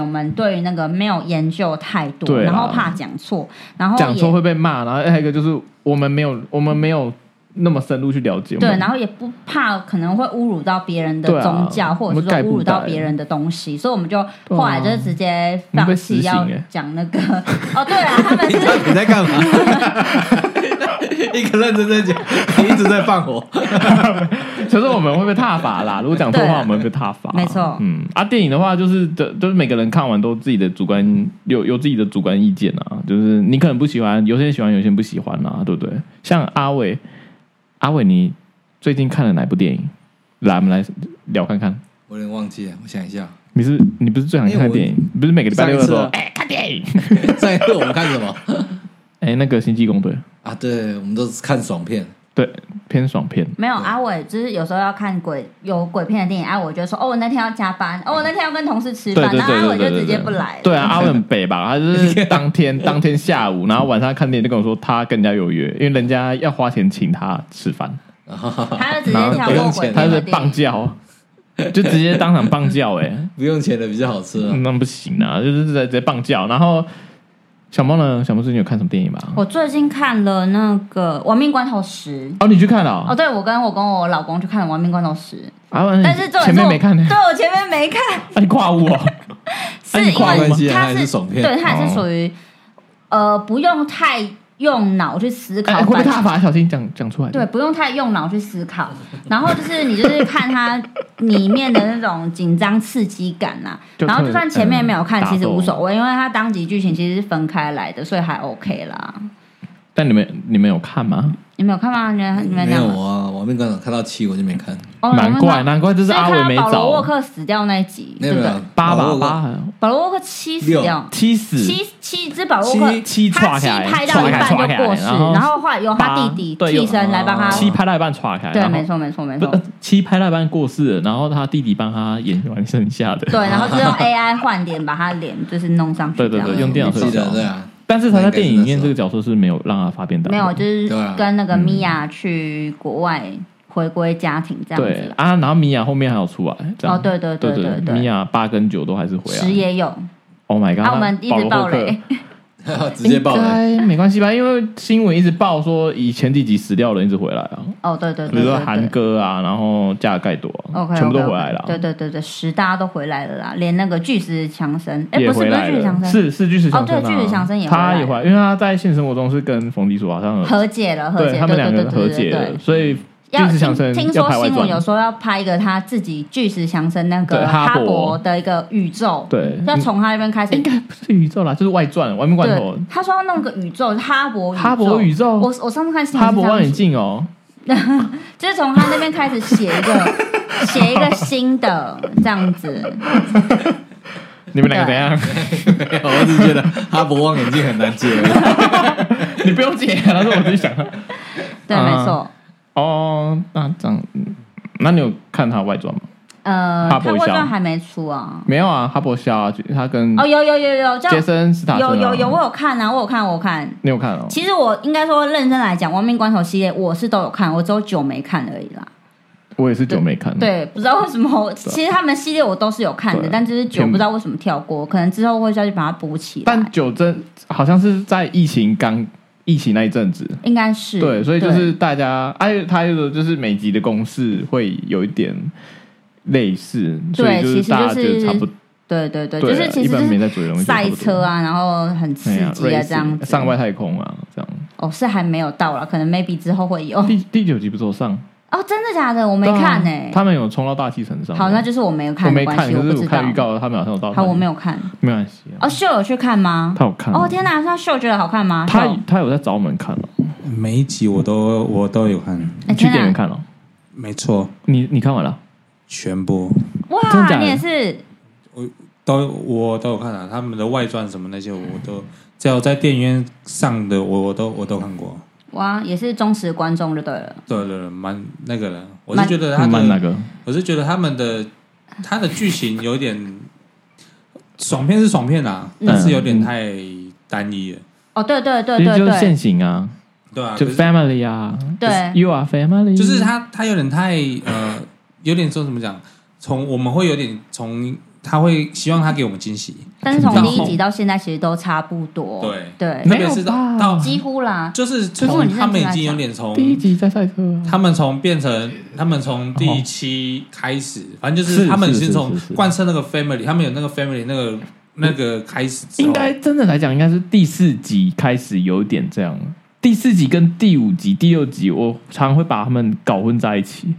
Speaker 1: 我们对于那个没有研究太多，
Speaker 3: 对啊
Speaker 1: 然后怕讲错，然后
Speaker 3: 讲
Speaker 1: 也
Speaker 3: 错会被骂，然后还有一个就是我们没有，我们没有那么深入去了解。我
Speaker 1: 对，
Speaker 3: 们
Speaker 1: 然后也不怕可能会侮辱到别人的
Speaker 3: 对啊
Speaker 1: 宗教，或者
Speaker 3: 我们
Speaker 1: 是
Speaker 3: 盖
Speaker 1: 说
Speaker 3: 不
Speaker 1: 侮辱到
Speaker 3: 盖
Speaker 1: 别人的东西，所以我们就
Speaker 3: 对啊
Speaker 1: 后来就直接
Speaker 3: 我们被
Speaker 1: 放
Speaker 3: 实
Speaker 1: 弃
Speaker 3: 行
Speaker 1: 要
Speaker 3: 欸
Speaker 1: 讲那个。哦，对啊，他们
Speaker 4: 你
Speaker 1: 是
Speaker 4: 到底在干嘛？ 一个认真在讲，你一直在放火。
Speaker 3: 所以说我们会被踏 伐啦。如果讲错
Speaker 1: 对
Speaker 3: 话，
Speaker 1: 啊
Speaker 3: 我们会被踏伐。
Speaker 1: 没错
Speaker 3: 嗯啊，电影的话就是都都是每个人看完都自己的主观有有自己的主观意见啊，就是你可能不喜欢，有些人喜欢，有些人不喜欢啊，对不对？像阿伟，阿伟，你最近看了哪部电影？来，我们来聊看看。
Speaker 4: 我有点忘记了，我想一下，
Speaker 3: 你是你不是最想看电影？不是每个礼拜六的时候
Speaker 4: 哎上一次啊
Speaker 3: 哎看电影？
Speaker 4: 上一次我们看什么？
Speaker 3: 哎、哎，那个星际工队
Speaker 4: 啊，对，我们都是看爽片，
Speaker 3: 对偏爽片，
Speaker 1: 没有阿伟，就是有时候要看鬼有鬼片的电影，阿伟就说：“哦，我那天要加班，哦，我那天要跟同事吃
Speaker 3: 对
Speaker 1: 饭。”
Speaker 3: 嗯对
Speaker 1: 然后
Speaker 3: 对
Speaker 1: 阿伟
Speaker 3: 对
Speaker 1: 就
Speaker 3: 对
Speaker 1: 直
Speaker 3: 对
Speaker 1: 接
Speaker 3: 对，
Speaker 1: 不来。
Speaker 3: 对啊，阿文北吧，他就是 当天当天下午，然后晚上看电影就跟我说他跟人家有约，因为人家要花钱请他吃饭，
Speaker 1: 他就直
Speaker 3: 然
Speaker 1: 接
Speaker 3: 后
Speaker 1: 跳
Speaker 4: 不用
Speaker 1: 过
Speaker 4: 钱
Speaker 1: 鬼片
Speaker 3: 他
Speaker 1: 的
Speaker 3: 是
Speaker 1: 电
Speaker 3: 棒
Speaker 1: 影。
Speaker 3: 叫，就直接当场棒叫哎、
Speaker 4: 不用钱的比较好吃
Speaker 1: 嗯
Speaker 4: 啊。
Speaker 3: 那不行啊，就是在直接棒叫。然后小猫呢？小猫最近有看什么电影吧？
Speaker 1: 我最近看了那个《亡命关头十》。
Speaker 3: 哦，你去看了、哦
Speaker 1: 哦，对，我跟我跟我老公去看了《亡命关头十》，
Speaker 3: 啊，完了
Speaker 1: 但是重点是
Speaker 3: 前面
Speaker 1: 我
Speaker 3: 没看呢、
Speaker 1: 对我前面没看，
Speaker 3: 啊，你 跨屋哦，
Speaker 1: 是
Speaker 3: 你
Speaker 1: 因
Speaker 3: 跨
Speaker 1: 为
Speaker 4: 关系啊
Speaker 1: 它
Speaker 4: 还是爽片
Speaker 1: 对，它也是
Speaker 3: 哦
Speaker 1: 属于呃不用太用脑去思考，
Speaker 3: 哎，会不会
Speaker 1: 反正
Speaker 3: 踏伐？小心讲讲出来。
Speaker 1: 对，，不用太用脑去思考。然后就是你就是看它里面的那种紧张刺激感啦、
Speaker 3: 就
Speaker 1: 然后
Speaker 3: 特
Speaker 1: 就算前面没有看，
Speaker 3: 嗯
Speaker 1: 其实
Speaker 3: 打斗
Speaker 1: 无所谓，因为它当集剧情其实是分开来的，所以还 OK 啦。
Speaker 3: 但你们你们有看吗？
Speaker 1: 你们有看吗？你们你们
Speaker 4: 没有
Speaker 1: 两个
Speaker 4: 啊，我没看看到七我就没看，
Speaker 1: 哦
Speaker 3: 难怪难怪，这
Speaker 1: 就是
Speaker 3: 阿伟没
Speaker 1: 保罗沃
Speaker 3: 找啊
Speaker 1: 克死掉那一集，
Speaker 4: 没
Speaker 1: 对
Speaker 4: 有
Speaker 1: 不
Speaker 4: 啊没
Speaker 1: 对
Speaker 4: 有？
Speaker 3: 八
Speaker 4: 把
Speaker 3: 吧
Speaker 4: 握过
Speaker 3: 八
Speaker 1: 保罗沃克七死
Speaker 4: 六
Speaker 1: 掉，
Speaker 3: 七死
Speaker 1: 七七只保罗沃克
Speaker 3: 七
Speaker 4: 七
Speaker 1: 他
Speaker 3: 岔
Speaker 1: 七
Speaker 3: 开来，
Speaker 1: 拍到
Speaker 3: 岔
Speaker 1: 一
Speaker 3: 开
Speaker 1: 半
Speaker 3: 岔开
Speaker 1: 就过
Speaker 3: 来，
Speaker 1: 世，
Speaker 3: 然后
Speaker 1: 然后后来由他
Speaker 3: 八
Speaker 1: 弟弟
Speaker 3: 对
Speaker 1: 替
Speaker 3: 有呃
Speaker 1: 身来帮他，
Speaker 3: 七拍到一半岔开，
Speaker 1: 啊对，
Speaker 3: 然后
Speaker 1: 没错没错没
Speaker 3: 不
Speaker 1: 错
Speaker 3: 呃，七拍到一半过世了，然后他弟弟帮他演完剩下的，
Speaker 1: 对，然后就用 AI 换脸把他脸就是弄上去这
Speaker 3: 对
Speaker 1: 样，
Speaker 3: 对对用电脑
Speaker 4: 记
Speaker 3: 设
Speaker 4: 得
Speaker 3: 计
Speaker 4: 对啊，
Speaker 3: 但是他在电影里面
Speaker 4: 那应该
Speaker 3: 这
Speaker 4: 是那时候
Speaker 3: 个角色是没有让他发便当的，
Speaker 1: 没有，就是
Speaker 4: 对啊
Speaker 1: 跟那个米娅去国外回归家庭这样
Speaker 3: 对
Speaker 1: 子。
Speaker 3: 啊，然后米娅后面还有出来，这样
Speaker 1: 哦对对对
Speaker 3: 对
Speaker 1: 对对
Speaker 3: 米娅八跟九都还是回
Speaker 1: 十
Speaker 3: 来。
Speaker 1: 也有，
Speaker 3: Oh my god！
Speaker 1: 啊，我们一直
Speaker 3: 保
Speaker 1: 爆
Speaker 3: 罗霍克
Speaker 1: 雷，
Speaker 4: 直接 爆雷。
Speaker 3: 应该没关系吧？因为新闻一直报说以前几集死掉的人一直回来啊，
Speaker 1: 哦，对对
Speaker 3: 比
Speaker 1: 对
Speaker 3: 如
Speaker 1: 对
Speaker 3: 说
Speaker 1: 对
Speaker 3: 韩哥啊，然后加尔盖多啊
Speaker 1: OK，
Speaker 3: 全部都回来了啊。
Speaker 1: 对对对对，十大家都回来了啦，连那个巨石强森，哎，
Speaker 3: 也
Speaker 1: 不是
Speaker 3: 回
Speaker 1: 不是
Speaker 3: 来
Speaker 1: 巨石强
Speaker 3: 了，
Speaker 1: 森，
Speaker 3: 是是巨石强森啊、
Speaker 1: 哦对巨石强森也回来
Speaker 3: 他也回来，因为他在现实生活中是跟冯迪索好 像有
Speaker 1: 和解了，和
Speaker 3: 嗯对
Speaker 1: 解，
Speaker 3: 他
Speaker 1: 对
Speaker 3: 们两
Speaker 1: 对
Speaker 3: 个
Speaker 1: 对
Speaker 3: 和
Speaker 1: 对
Speaker 3: 解
Speaker 1: 对
Speaker 3: 了，
Speaker 1: 对。
Speaker 3: 所以
Speaker 1: 要
Speaker 3: 巨石强
Speaker 1: 听
Speaker 3: 森
Speaker 1: 听
Speaker 3: 要
Speaker 1: 说
Speaker 3: 拍外
Speaker 1: 新闻有
Speaker 3: 传，
Speaker 1: 说要拍一个他自己巨石强森那个
Speaker 3: 对哈
Speaker 1: 哈
Speaker 3: 勃
Speaker 1: 勃的一个宇宙，
Speaker 3: 对，
Speaker 1: 要从他那边开始。
Speaker 3: 不 是宇宙啦，就是外传，外面罐头
Speaker 1: 对，，他说要弄个宇宙，哈勃宇宙
Speaker 3: 哈勃宇宙
Speaker 1: 我我上次看新闻
Speaker 3: 哈
Speaker 1: 是这
Speaker 3: 勃
Speaker 1: 样
Speaker 3: 望远
Speaker 1: 子
Speaker 3: 镜哦，
Speaker 1: 就是从他那边开始写一 个写一个新的这样子，
Speaker 3: 你们两个怎样？
Speaker 4: 没有我只是觉得哈勃望远镜很难接，
Speaker 3: 你不用解，他说我自己想的。
Speaker 1: 对，
Speaker 3: 嗯
Speaker 1: 没错。
Speaker 3: 哦，那这样，嗯那你有看他外传吗？
Speaker 1: 呃，他
Speaker 3: 哈勃
Speaker 1: 外
Speaker 3: 一下
Speaker 1: 传还没出啊。
Speaker 3: 没有啊，哈勃肖啊，他跟
Speaker 1: 哦，有有有有，这
Speaker 3: 杰
Speaker 1: 样
Speaker 3: 森斯塔森
Speaker 1: 有
Speaker 3: 啊
Speaker 1: 有有，，我有看啊，我有看，我有看。
Speaker 3: 你有看哦？
Speaker 1: 其实我应该说，认真来讲，《亡命关头》系列我是都有看，我只有九没看而已啦。
Speaker 3: 我也是久没看，，哦
Speaker 1: 对，不知道为什么，其实他们系列我都是有看的
Speaker 3: 嗯啊对，啊
Speaker 1: 但就是九
Speaker 3: 偏
Speaker 1: 不知道为什么跳过，可能之后会再去把它补起来
Speaker 3: 但，九真好像是在疫情刚疫情那一阵子，
Speaker 1: 应该是
Speaker 3: 对，所以就是大家，哎、啊，他有就是每集的公式会有一点类似，所以就是大家
Speaker 1: 其实就是
Speaker 3: 就差不
Speaker 1: 对对对，
Speaker 3: 对
Speaker 1: 就
Speaker 3: 啊
Speaker 1: 是其
Speaker 3: 一
Speaker 1: 实就
Speaker 3: 般没
Speaker 1: 是
Speaker 3: 在追的东西，
Speaker 1: 赛车啊，然后很刺
Speaker 3: 差不多，
Speaker 1: 激
Speaker 3: 对
Speaker 1: 啊
Speaker 3: 啊
Speaker 1: 这样
Speaker 3: racing，
Speaker 1: 子。
Speaker 3: 上外太空啊，这样。
Speaker 1: 哦，是还没有到了，可能 maybe 之后 会有。
Speaker 3: 第第九集不是有上，
Speaker 1: 哦，真的假的？哦我没
Speaker 3: 对啊
Speaker 1: 看呢。
Speaker 3: 他们有冲到大气层上。
Speaker 1: 好，那就是我没有
Speaker 3: 我
Speaker 1: 看的
Speaker 3: 没
Speaker 1: 关
Speaker 3: 看，
Speaker 1: 系，
Speaker 3: 可
Speaker 1: 不
Speaker 3: 是
Speaker 1: 知
Speaker 3: 我
Speaker 1: 道
Speaker 3: 看。预告，他们好像有到。
Speaker 1: 好，我没
Speaker 3: 有，
Speaker 1: 有看。
Speaker 3: 没关系啊。
Speaker 1: 哦，秀有去看吗？
Speaker 3: 他有看啊
Speaker 1: 哦，天哪，那秀觉得好看吗？
Speaker 3: 他
Speaker 1: 秀
Speaker 3: 他有在找我们看哦，
Speaker 2: 每一集我都我都有看，
Speaker 1: 哎
Speaker 3: 你去
Speaker 1: 天
Speaker 3: 电影院
Speaker 1: 哪，
Speaker 3: 看了，哦
Speaker 2: 没错，
Speaker 3: 你你看完了？
Speaker 2: 全部
Speaker 3: 真的假
Speaker 1: 哇，
Speaker 3: 的
Speaker 1: 你也是
Speaker 2: 都我都有看啊，他们的外传什么那些我都只要在电影院上的我我都我都看过。
Speaker 1: 哇，也是忠实观众就对了。
Speaker 2: 对对对，蛮那个的，我是
Speaker 1: 蛮
Speaker 2: 觉得他
Speaker 3: 慢慢那
Speaker 2: 的，
Speaker 3: 个
Speaker 2: 我是觉得他们的他的剧情有点爽片是爽片啊，
Speaker 3: 嗯
Speaker 2: 但是有点太单一了，
Speaker 1: 哦，对对对
Speaker 3: 其实
Speaker 1: 对
Speaker 3: 就是
Speaker 1: 对
Speaker 3: 现行啊，
Speaker 2: 对啊，
Speaker 3: 就
Speaker 2: 可是
Speaker 3: family 啊，
Speaker 1: 对，
Speaker 3: ，you are family，
Speaker 2: 就是他他有点太呃，有点说怎么讲，从我们会有点从他会希望他给我们惊喜，
Speaker 1: 但是从
Speaker 2: 然
Speaker 1: 第
Speaker 2: 后
Speaker 1: 一集到现在其实都差不多。
Speaker 2: 对
Speaker 1: 对，
Speaker 2: 特别是
Speaker 3: 没有吧啊
Speaker 2: 到到
Speaker 1: 几乎啦。
Speaker 2: 就是
Speaker 1: 可是
Speaker 2: 从
Speaker 1: 你认真
Speaker 2: 他们已
Speaker 1: 来
Speaker 2: 经有
Speaker 1: 讲
Speaker 2: 点从
Speaker 3: 第一集在赛车啊，
Speaker 2: 他们从变成他们从第七开始，反正就是是他们
Speaker 3: 是
Speaker 2: 先
Speaker 3: 是
Speaker 2: 从
Speaker 3: 是是
Speaker 2: 贯彻那个 family，他们有那个 family 那个那个开始之后，
Speaker 3: 应该真的来讲，应该是第四集开始有点这样。第四集跟第五集、第六集，我常会把他们搞混在一起。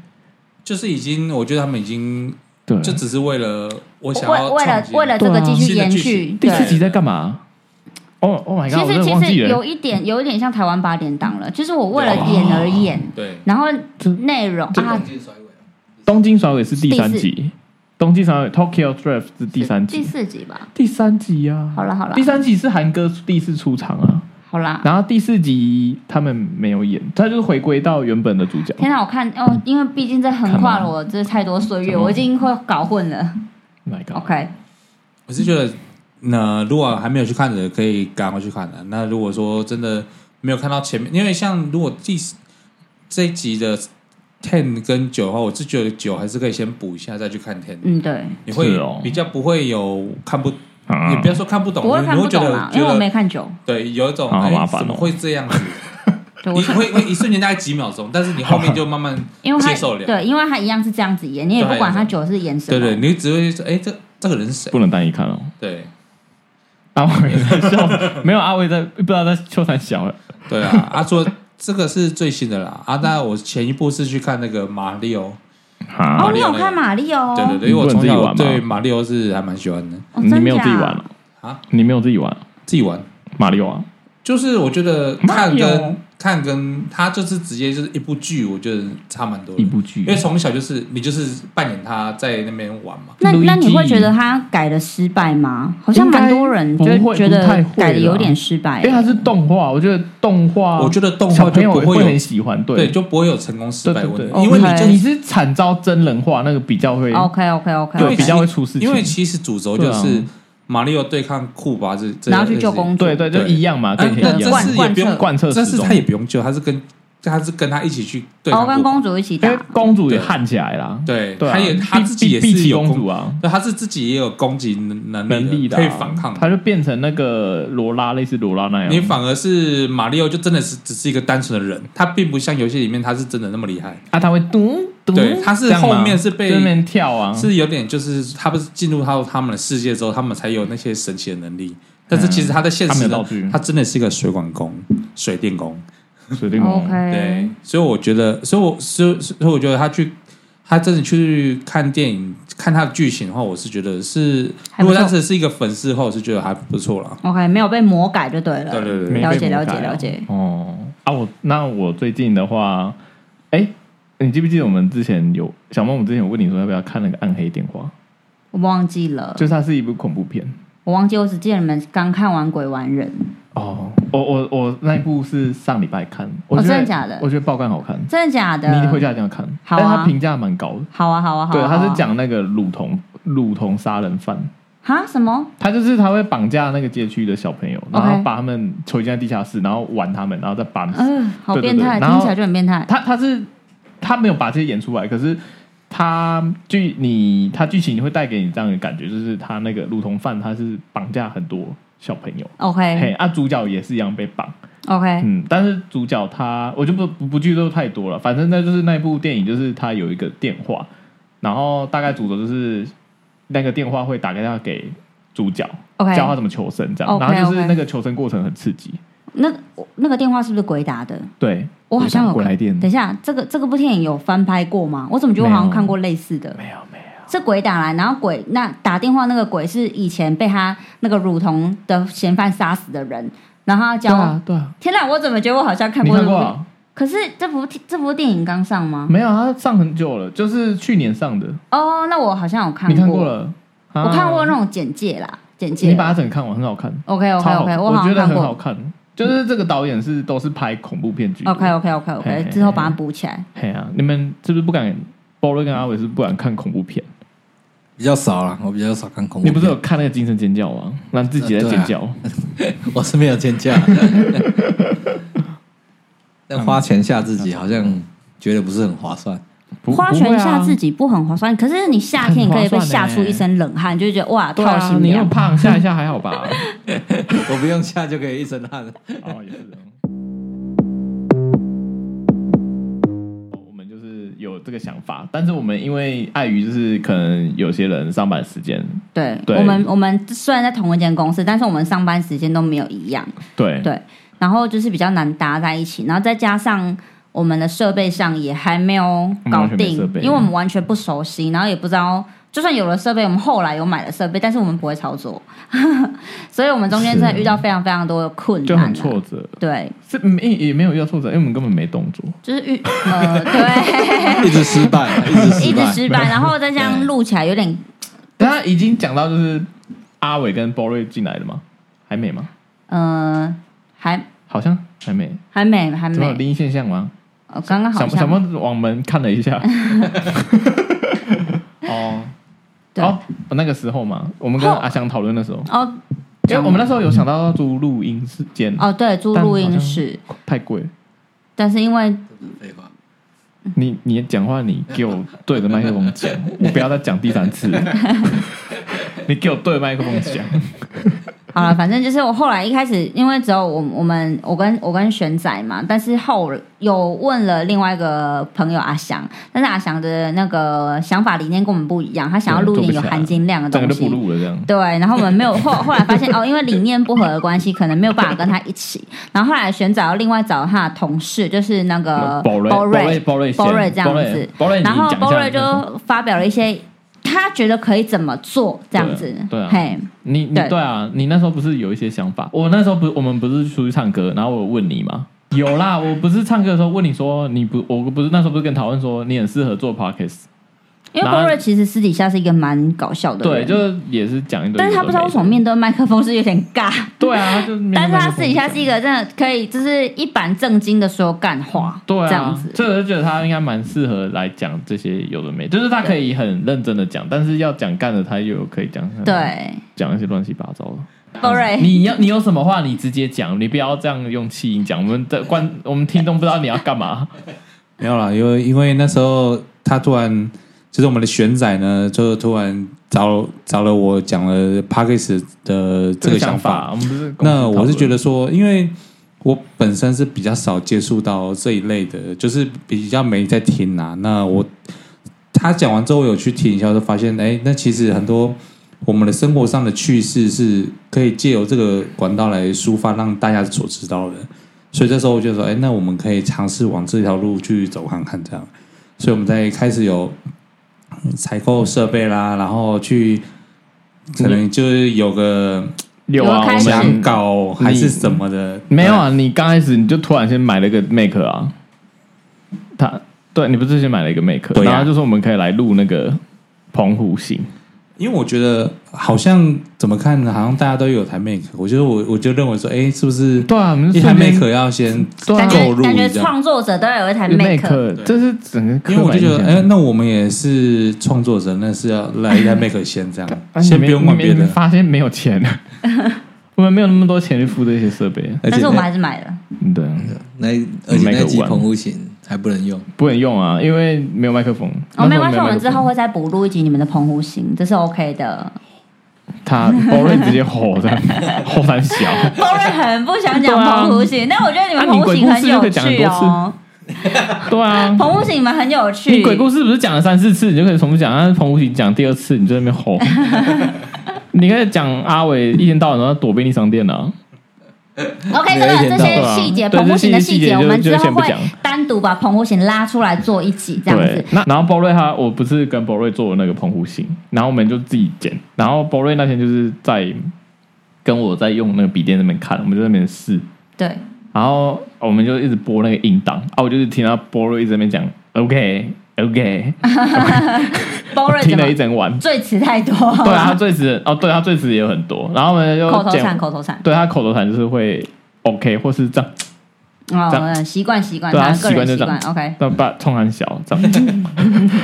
Speaker 2: 就是已经，我觉得他们已经
Speaker 3: 对，
Speaker 2: 就只是为了我想
Speaker 1: 为
Speaker 2: 要
Speaker 1: 为了
Speaker 2: 创新
Speaker 1: 为了这个
Speaker 3: 对啊啊
Speaker 1: 继续延
Speaker 2: 新
Speaker 1: 续，
Speaker 2: 的剧情
Speaker 3: 第
Speaker 1: 对。
Speaker 3: 四集在干嘛？Oh Oh my
Speaker 1: 其
Speaker 3: god！我
Speaker 1: 实
Speaker 3: 真的
Speaker 1: 其
Speaker 3: 忘
Speaker 1: 实
Speaker 3: 记了
Speaker 1: 有。一点有一点像台湾八点档了，就是我为了
Speaker 2: 啊
Speaker 1: 演而演，
Speaker 2: 对
Speaker 1: 然后
Speaker 3: 这
Speaker 1: 内容啊
Speaker 3: 东京甩尾是第三
Speaker 1: 第四
Speaker 3: 集，东京甩尾 Tokyo Drift 是第三
Speaker 1: 第
Speaker 3: 集，
Speaker 1: 四集吧。
Speaker 3: 第三集啊。
Speaker 1: 好了好了
Speaker 3: 第，三集是韩哥第一次出场啊。
Speaker 1: 好啦，
Speaker 3: 然后第四集他们没有演，他就是回归到原本的主角。
Speaker 1: 天哪，我看哦，因为毕竟这横跨了我这太多岁月，
Speaker 3: 干嘛
Speaker 1: 我已经会搞混了。
Speaker 3: Oh My God，
Speaker 1: OK，
Speaker 2: 我是觉得，那如果还没有去看的，可以赶快去看的、那如果说真的没有看到前面，因为像如果第这一集的 ten 跟九的话，我是觉得九还是可以先补一下再去看 ten，
Speaker 1: 嗯，对，
Speaker 2: 你会
Speaker 3: 是哦
Speaker 2: 比较不会有看不，
Speaker 3: 啊
Speaker 2: 哦也不要说看不懂，
Speaker 1: 不会看
Speaker 2: 你
Speaker 1: 不
Speaker 2: 会觉
Speaker 1: 懂
Speaker 2: 得
Speaker 1: 啦，因
Speaker 2: 觉
Speaker 1: 为我没
Speaker 2: 得
Speaker 1: 看久。
Speaker 2: 对有一种
Speaker 3: 啊好
Speaker 2: 哎、
Speaker 3: 麻烦哦
Speaker 2: 怎么会这样子？
Speaker 1: 对，我
Speaker 2: 你
Speaker 1: 想
Speaker 2: 会会一瞬间大概几秒钟，但是你后面就慢 慢
Speaker 1: 因为他
Speaker 2: 接受了，
Speaker 1: 对，因为他一样是这样子演，你也不管他久是演什
Speaker 2: 对
Speaker 1: 么。
Speaker 2: 对，你只会说哎、这这个人是谁？
Speaker 3: 不能单一看哦。
Speaker 2: 对
Speaker 3: 阿伟在笑，没有阿伟在不知道在秋山小了。
Speaker 2: 对啊，阿卓这个是最新的啦。啊，那我前一部是去看那个马里奥，
Speaker 1: 哦
Speaker 3: 啊，
Speaker 1: 你
Speaker 2: 里奥
Speaker 1: 有
Speaker 2: 那个
Speaker 1: 看马里奥？
Speaker 2: 对对对，因为我从
Speaker 3: 你不能
Speaker 2: 小
Speaker 3: 自己玩吗
Speaker 2: 对马里奥是还蛮喜欢的，
Speaker 1: 哦，
Speaker 3: 你
Speaker 1: 真
Speaker 3: 没有
Speaker 1: 假
Speaker 3: 自己玩哦
Speaker 2: 啊？
Speaker 3: 你没有自己玩
Speaker 2: 自己玩。
Speaker 3: 马里奥啊？
Speaker 2: 就是我觉得看
Speaker 3: 马里奥
Speaker 2: 跟看跟他就是直接就是一部剧，我觉得差蛮多的
Speaker 3: 一。部剧
Speaker 2: 因为从小就是你就是扮演他在那边玩嘛，
Speaker 1: 那
Speaker 3: Luigi
Speaker 1: 那你会觉得他改的失败吗？好像蛮多人就
Speaker 3: 应该不会
Speaker 1: 觉
Speaker 3: 不太
Speaker 1: 得
Speaker 3: 会
Speaker 1: 改的有
Speaker 3: 啦
Speaker 1: 点失败
Speaker 3: 因为。它是动画，我觉得动画，
Speaker 2: 我觉得动
Speaker 3: 小
Speaker 2: 画
Speaker 3: 朋
Speaker 2: 就
Speaker 3: 友
Speaker 2: 不
Speaker 3: 会
Speaker 2: 有
Speaker 3: 很喜欢，
Speaker 2: 对
Speaker 3: 对
Speaker 2: 就不会有成功失
Speaker 3: 对
Speaker 2: 败
Speaker 3: 对
Speaker 2: 问
Speaker 3: 对哦
Speaker 2: 题，因为你
Speaker 1: 对
Speaker 2: 就
Speaker 1: 哦 OK 哦
Speaker 3: 你是惨遭真人化，那个比较会
Speaker 1: OK OK OK，
Speaker 3: 对
Speaker 2: 因为
Speaker 3: 比较
Speaker 2: 其
Speaker 3: 会出事情，
Speaker 2: 因为其实主轴就
Speaker 3: 对
Speaker 2: 是
Speaker 3: 啊
Speaker 2: 马里奥对抗库巴这，这
Speaker 1: 然后去救公主，
Speaker 3: 对啊对就
Speaker 2: 嗯对
Speaker 3: 一样嘛，
Speaker 2: 但
Speaker 3: 跟以前
Speaker 2: 但
Speaker 3: 一
Speaker 2: 这
Speaker 3: 样
Speaker 1: 贯
Speaker 2: 是也不
Speaker 1: 贯
Speaker 2: 用
Speaker 1: 彻
Speaker 3: 贯彻始终，
Speaker 2: 但是他也不用救，他是跟他是跟他一起去对
Speaker 1: 哦，
Speaker 2: 抗
Speaker 1: 跟
Speaker 2: 过
Speaker 1: 公主一起
Speaker 3: 因为
Speaker 1: 打。
Speaker 3: 公主也焊起来啦，
Speaker 2: 对，
Speaker 3: 对啊，
Speaker 2: 他也他
Speaker 3: 碧
Speaker 2: 自己也
Speaker 3: 碧碧
Speaker 2: 是
Speaker 3: 琪
Speaker 2: 有
Speaker 3: 公主
Speaker 2: 攻，
Speaker 3: 啊，
Speaker 2: 对，他是自己也有攻击能
Speaker 3: 能力的啊
Speaker 2: 可以反抗
Speaker 3: 他。就变成那个罗拉，类似罗拉那样，
Speaker 2: 你反而是马里奥，就真的是只是一个单纯的人，他并不像游戏里面他是真的那么厉害，
Speaker 3: 啊，他会咚咚，
Speaker 2: 对他是
Speaker 3: 这样吗
Speaker 2: 后面是被
Speaker 3: 就那边跳啊，
Speaker 2: 是有点就是他不是进入到他们的世界之后，他们才有那些神奇的能力。但是其实他在现
Speaker 3: 嗯他没
Speaker 2: 实
Speaker 3: 有
Speaker 2: 中
Speaker 3: 道具
Speaker 2: 他真的是一个水管工、水电工。
Speaker 3: 水电工
Speaker 1: OK，
Speaker 2: 对，所以我觉得，所以我所以所以我觉得他去，他真的去看电影，看他的剧情的话，我是觉得是，
Speaker 1: 还
Speaker 2: 如
Speaker 1: 不错
Speaker 2: 果当时是一个粉丝的话，我是觉得还不错啦。
Speaker 1: OK，没有被魔改就对了。
Speaker 2: 对对对，
Speaker 3: 没
Speaker 1: 了
Speaker 3: 被
Speaker 1: 解
Speaker 3: 魔
Speaker 1: 了解
Speaker 3: 改啊
Speaker 1: 了解
Speaker 3: 哦啊，我那我最近的话，哎，你记不记得我们之前有小梦，我们之前有问你说要不要看那个《暗黑电话》，
Speaker 1: 我忘记了，
Speaker 3: 就是它是一部恐怖片。
Speaker 1: 我忘记，我只记得你们刚看完《鬼玩人
Speaker 3: 哦，我我我那一部是上礼拜看，我
Speaker 1: 哦
Speaker 3: 觉得、
Speaker 1: 真的假的
Speaker 3: 我觉得爆肝好看，》，
Speaker 1: 真的假的？
Speaker 3: 你回家一定要看。
Speaker 1: 好啊
Speaker 3: 但它评价蛮高的，
Speaker 1: 好啊好啊好啊！
Speaker 3: 对，
Speaker 1: 好啊
Speaker 3: 它是讲那个乳童乳童杀人犯，
Speaker 1: 哈什么？
Speaker 3: 他就是他会绑架那个街区的小朋友，然后
Speaker 1: OK
Speaker 3: 把他们囚禁在地下室，然后玩他们，然后再把他们
Speaker 1: 嗯、好
Speaker 3: 对对
Speaker 1: 变态，
Speaker 3: 对然后
Speaker 1: 听起来就很变态。
Speaker 3: 他他是他没有把这些演出来，可是他剧你他剧情会带给你这样的感觉，就是他那个路童犯他是绑架很多小朋友，嘿
Speaker 1: OK
Speaker 3: 啊主角也是一样被绑，
Speaker 1: OK，
Speaker 3: 嗯，但是主角他我就不不不剧透太多了，反正那就是那部电影就是他有一个电话，然后大概主轴就是那个电话会打电话给主角
Speaker 1: OK
Speaker 3: 教他怎么求生这样
Speaker 1: OK，
Speaker 3: 然后就是
Speaker 1: OK
Speaker 3: 那个求生过程很刺激，
Speaker 1: 那那个电话是不是鬼打的？
Speaker 3: 对
Speaker 1: 我好像有
Speaker 3: 鬼来电
Speaker 1: 看。等一下，这个这个部电影有翻拍过吗？我怎么觉得我好像看过类似的？
Speaker 3: 没有没有。
Speaker 1: 是鬼打来，然后鬼那打电话那个鬼是以前被他那个乳童的嫌犯杀死的人，然后他
Speaker 3: 对
Speaker 1: 教。
Speaker 3: 啊，对啊，
Speaker 1: 天哪，我怎么觉得我好像看
Speaker 3: 你
Speaker 1: 过嗯
Speaker 3: 看
Speaker 1: 这部
Speaker 3: 过、嗯
Speaker 1: 片？
Speaker 3: 啊？
Speaker 1: 可是这部这部电影刚上吗？
Speaker 3: 没有，它上很久了，就是去年上的，
Speaker 1: 哦，那我好像有看
Speaker 3: 你看过了？啊
Speaker 1: 我看过那种简介啦，简介。
Speaker 3: 你把它整个看完，很好看
Speaker 1: OK OK
Speaker 3: 超好
Speaker 1: OK，
Speaker 3: 我
Speaker 1: 好像
Speaker 3: 觉得
Speaker 1: 看
Speaker 3: 很好
Speaker 1: 过。
Speaker 3: 看。就是这个导演是都是拍恐怖片剧的
Speaker 1: OK OK OK
Speaker 3: 嘿嘿
Speaker 1: OK，
Speaker 3: 嗯嘿
Speaker 1: 之后把它补起来。
Speaker 3: 嘿啊，你们是不是不敢？波瑞跟阿伟是不是不敢看恐怖片？
Speaker 4: 比较少啦，我比较少看恐怖
Speaker 3: 你
Speaker 4: 片。
Speaker 3: 不是有看那个《精神尖叫》吗？那自己在尖叫，
Speaker 4: 我是没有尖叫， 但花钱吓自己好像觉得不是很划算。
Speaker 3: 不啊
Speaker 1: 花拳吓自
Speaker 3: 己，
Speaker 1: 己不很划算，可是你夏天可以被
Speaker 3: 很划算
Speaker 1: 吓
Speaker 3: 欸
Speaker 1: 出一身冷汗，就觉得哇，
Speaker 3: 对
Speaker 1: 套
Speaker 3: 啊，
Speaker 1: 心
Speaker 3: 你又
Speaker 1: 凉。
Speaker 3: 胖，吓一下还好吧？
Speaker 4: 我不用吓就可以一身汗了。
Speaker 3: 哦，也是。哦我们就是有这个想法，但是我们因为碍于就是可能有些人上班时间，
Speaker 1: 对，
Speaker 3: 对
Speaker 1: 我们我们虽然在同一间公司，但是我们上班时间都没有一样，
Speaker 3: 对
Speaker 1: 对，然后就是比较难搭在一起，然后再加上。我们的设备上也还没有搞
Speaker 3: 我们完全没
Speaker 1: 定
Speaker 3: 设备，
Speaker 1: 因为我们完全不熟悉，然后也不知道，就算有了设备，我们后来有买了设备，但是我们不会操作， 所以我们中间真的遇到非常非常多的困
Speaker 3: 就
Speaker 1: 难、啊
Speaker 3: 很挫，折。
Speaker 1: 对，
Speaker 3: 是没也没有遇到挫折，因为我们根本没动作。
Speaker 1: 就是遇呃对，
Speaker 4: 一直失败，啊一直
Speaker 1: 一
Speaker 4: 失
Speaker 1: 直
Speaker 4: 败。
Speaker 1: 失败，然后再这样录起来有点
Speaker 3: 但他已经讲到就是阿伟跟波瑞进来了吗？还没吗？
Speaker 1: 呃，还
Speaker 3: 好像还没，
Speaker 1: 还没还
Speaker 3: 怎么有
Speaker 1: 没，
Speaker 3: 灵异现象吗？
Speaker 1: 我刚刚好
Speaker 3: 想想
Speaker 1: 像
Speaker 3: 不往门看了一 下。哦，
Speaker 1: 对
Speaker 3: 哦，那个时候嘛，我们跟
Speaker 1: 后
Speaker 3: 阿香讨论的时候，
Speaker 1: 哦
Speaker 3: 因为我们那时候有想到要租录音室间，
Speaker 1: 哦对，租
Speaker 3: 但
Speaker 1: 录
Speaker 3: 好像
Speaker 1: 音室，
Speaker 3: 太贵了。
Speaker 1: 但是因为
Speaker 4: 废话，
Speaker 3: 你你讲话，你给我对着麦克 风讲，我不要再讲第三次了。你给我对着麦克风讲，
Speaker 1: 好了，反正就是我后来一开始，因为只有我我们我跟我跟玄仔嘛，但是后有问了另外一个朋友阿翔，但是阿翔的那个想法理念跟我们不一样，他想要录一点有含金量的
Speaker 3: 整个
Speaker 1: 东
Speaker 3: 就不
Speaker 1: 西。
Speaker 3: 录了这样。
Speaker 1: 对，然后我们没有后后来发现哦，因为理念不合的关系，可能没有办法跟他一起。然后后来玄仔要另外找他的同事，就是那个
Speaker 3: 宝瑞，
Speaker 1: 宝
Speaker 3: 瑞，宝瑞先，
Speaker 1: 宝瑞这样子
Speaker 3: 宝瑞，
Speaker 1: 然后
Speaker 3: 你讲一
Speaker 1: b
Speaker 3: 下
Speaker 1: o 就发表了一些他觉得可以怎么做这样子，
Speaker 3: 对啊
Speaker 1: 嘿，
Speaker 3: 你你
Speaker 1: 对
Speaker 3: 对啊，你那时候不是有一些想法？我那时候不，我们不是出去唱歌，然后我有问你吗？有啦，我不是唱歌的时候问你说，你不，我不是那时候不是跟你讨论说你很适合做 podcast，
Speaker 1: 因为
Speaker 3: 然后
Speaker 1: b o 其实私底下是一个蛮搞笑的
Speaker 3: 对，
Speaker 1: 人，
Speaker 3: 就是也是讲一堆，
Speaker 1: 但是他不知道为什么，面对麦克风是有点尬，
Speaker 3: 对啊，他就是没有
Speaker 1: 但是
Speaker 3: 麦
Speaker 1: 他
Speaker 3: 克风
Speaker 1: 私底下是一个真的可以，就是一板正经的说干话，
Speaker 3: 对啊，
Speaker 1: 这样子，
Speaker 3: 这我就觉得他应该蛮适合来讲这些有的没，就是他可以很认真的讲，但是要讲干的他又有可以讲，
Speaker 1: 对哎
Speaker 3: 讲一些乱七八糟的。
Speaker 1: b o
Speaker 3: 你要你有什么话你直接讲，你不要这样用气音讲，我们的观我们听众不知道你要 干嘛。
Speaker 2: 没有啦，因为因为那时候他突然就是我们的玄仔呢，就突然找找了我讲了 p a c k a g e 的这个想法。，
Speaker 3: 我们不是公司
Speaker 2: 那我是觉
Speaker 3: 讨论
Speaker 2: 得说，因为我本身是比较少接触到这一类的，就是比较没在听啊。那我他讲完之后，我有去听一下，就发现，哎，那其实很多我们的生活上的趣事是可以借由这个管道来抒发，让大家所知道的。所以这时候我就说，哎，那我们可以尝试往这条路去走看看，这样。所以我们在开始有嗯采购设备啦，然后去可能就是有个
Speaker 3: 有
Speaker 1: 有
Speaker 3: 啊，
Speaker 1: 开
Speaker 3: 我
Speaker 1: 始
Speaker 2: 想
Speaker 3: 们
Speaker 2: 搞还是什么的，
Speaker 3: 没有啊，你刚开始你就突然先买了一个 Mac 啊，他对你不是先买了一个 Mac，
Speaker 2: 对啊
Speaker 3: 然后就说我们可以来录那个澎湖行，
Speaker 2: 对？因为我觉得好像怎么看，好像大家都有台 Mac，我觉得我我就认为说，哎，是不是
Speaker 3: 对啊，我们
Speaker 2: 一
Speaker 3: 是
Speaker 2: 台
Speaker 3: 顺便
Speaker 2: Mac 要先
Speaker 3: 对啊
Speaker 1: 感
Speaker 2: 购
Speaker 1: 觉
Speaker 2: 入
Speaker 1: 感觉
Speaker 2: 这样
Speaker 1: 创作者都要有一台
Speaker 3: Mac，
Speaker 1: Mac，
Speaker 3: 这是整个刻
Speaker 2: 因为我就
Speaker 3: 板
Speaker 2: 觉得，
Speaker 3: 印象啊
Speaker 2: 哎，那我们也是创作者，那是要来一台 Mac 先这
Speaker 3: 啊
Speaker 2: 样，
Speaker 3: 你
Speaker 2: 先
Speaker 3: 没
Speaker 2: 不用管别
Speaker 3: 你没
Speaker 2: 的，
Speaker 3: 发现没有钱 了，我们没有那么多钱去付这些设备，
Speaker 2: 而
Speaker 1: 但
Speaker 2: 且
Speaker 1: 是我们还是买了，
Speaker 3: 嗯对啊，
Speaker 4: 那而且那集
Speaker 3: Make one
Speaker 4: 澎湖行还不能用，
Speaker 3: 不能用啊，因为没有麦克风。
Speaker 1: 哦，
Speaker 3: 那
Speaker 1: 没
Speaker 3: 时候
Speaker 1: 关系，
Speaker 3: 有
Speaker 1: 我
Speaker 3: 麦
Speaker 1: 们
Speaker 3: 克
Speaker 1: 之
Speaker 3: 风
Speaker 1: 后会再补录一集你们的澎湖行，这是 OK 的。
Speaker 3: 他包瑞直接吼 的，吼很小，
Speaker 1: b o 很不想讲澎湖行，但我觉得你们
Speaker 3: 啊
Speaker 1: 澎
Speaker 3: 你
Speaker 1: 湖
Speaker 3: 鬼
Speaker 1: 行
Speaker 3: 故
Speaker 1: 很
Speaker 3: 事就可
Speaker 1: 有
Speaker 3: 以讲很
Speaker 1: 趣
Speaker 3: 多
Speaker 1: 哦，
Speaker 3: 对啊。
Speaker 1: 澎湖行你们很有趣
Speaker 3: 你。鬼故事不是讲了三四次，你就可以重复讲；但是澎湖行讲第二次，你就在那边 吼。你可以讲阿伟一天到晚都在躲便利商店啊，
Speaker 1: OK，这个这些细节，
Speaker 3: 对
Speaker 1: 澎湖行的
Speaker 3: 这些
Speaker 1: 细
Speaker 3: 细节
Speaker 1: 节，
Speaker 3: 就
Speaker 1: 我们之
Speaker 3: 就
Speaker 1: 后
Speaker 3: 先不
Speaker 1: 会
Speaker 3: 讲
Speaker 1: 单独把澎湖行拉出来做一集这样子
Speaker 3: 对。。那然后包瑞他，我不是跟包瑞做了那个澎湖行，然后我们就自己剪。然后包瑞那天就是在跟我在用那个笔电那边看，我们就在那边试。
Speaker 1: 对，
Speaker 3: 然后我们就一直播那个音档啊，我就是听到波瑞一直在那边讲 OK OK，
Speaker 1: 包瑞
Speaker 3: 听
Speaker 1: 怎么
Speaker 3: 了一整晚。
Speaker 1: 最词太多？
Speaker 3: 对
Speaker 1: 对
Speaker 3: 啊，他， 最词哦，对他最词也有很多，然后我们就
Speaker 1: 口头
Speaker 3: 剪
Speaker 1: 禅，口头禅，
Speaker 3: 对他口头禅就是会 OK 或是这样，这
Speaker 1: 哦，习惯习惯，
Speaker 3: 对啊
Speaker 1: 他个人
Speaker 3: 习惯就
Speaker 1: 习
Speaker 3: 这样
Speaker 1: 惯。OK，
Speaker 3: 那把冲很小这 样，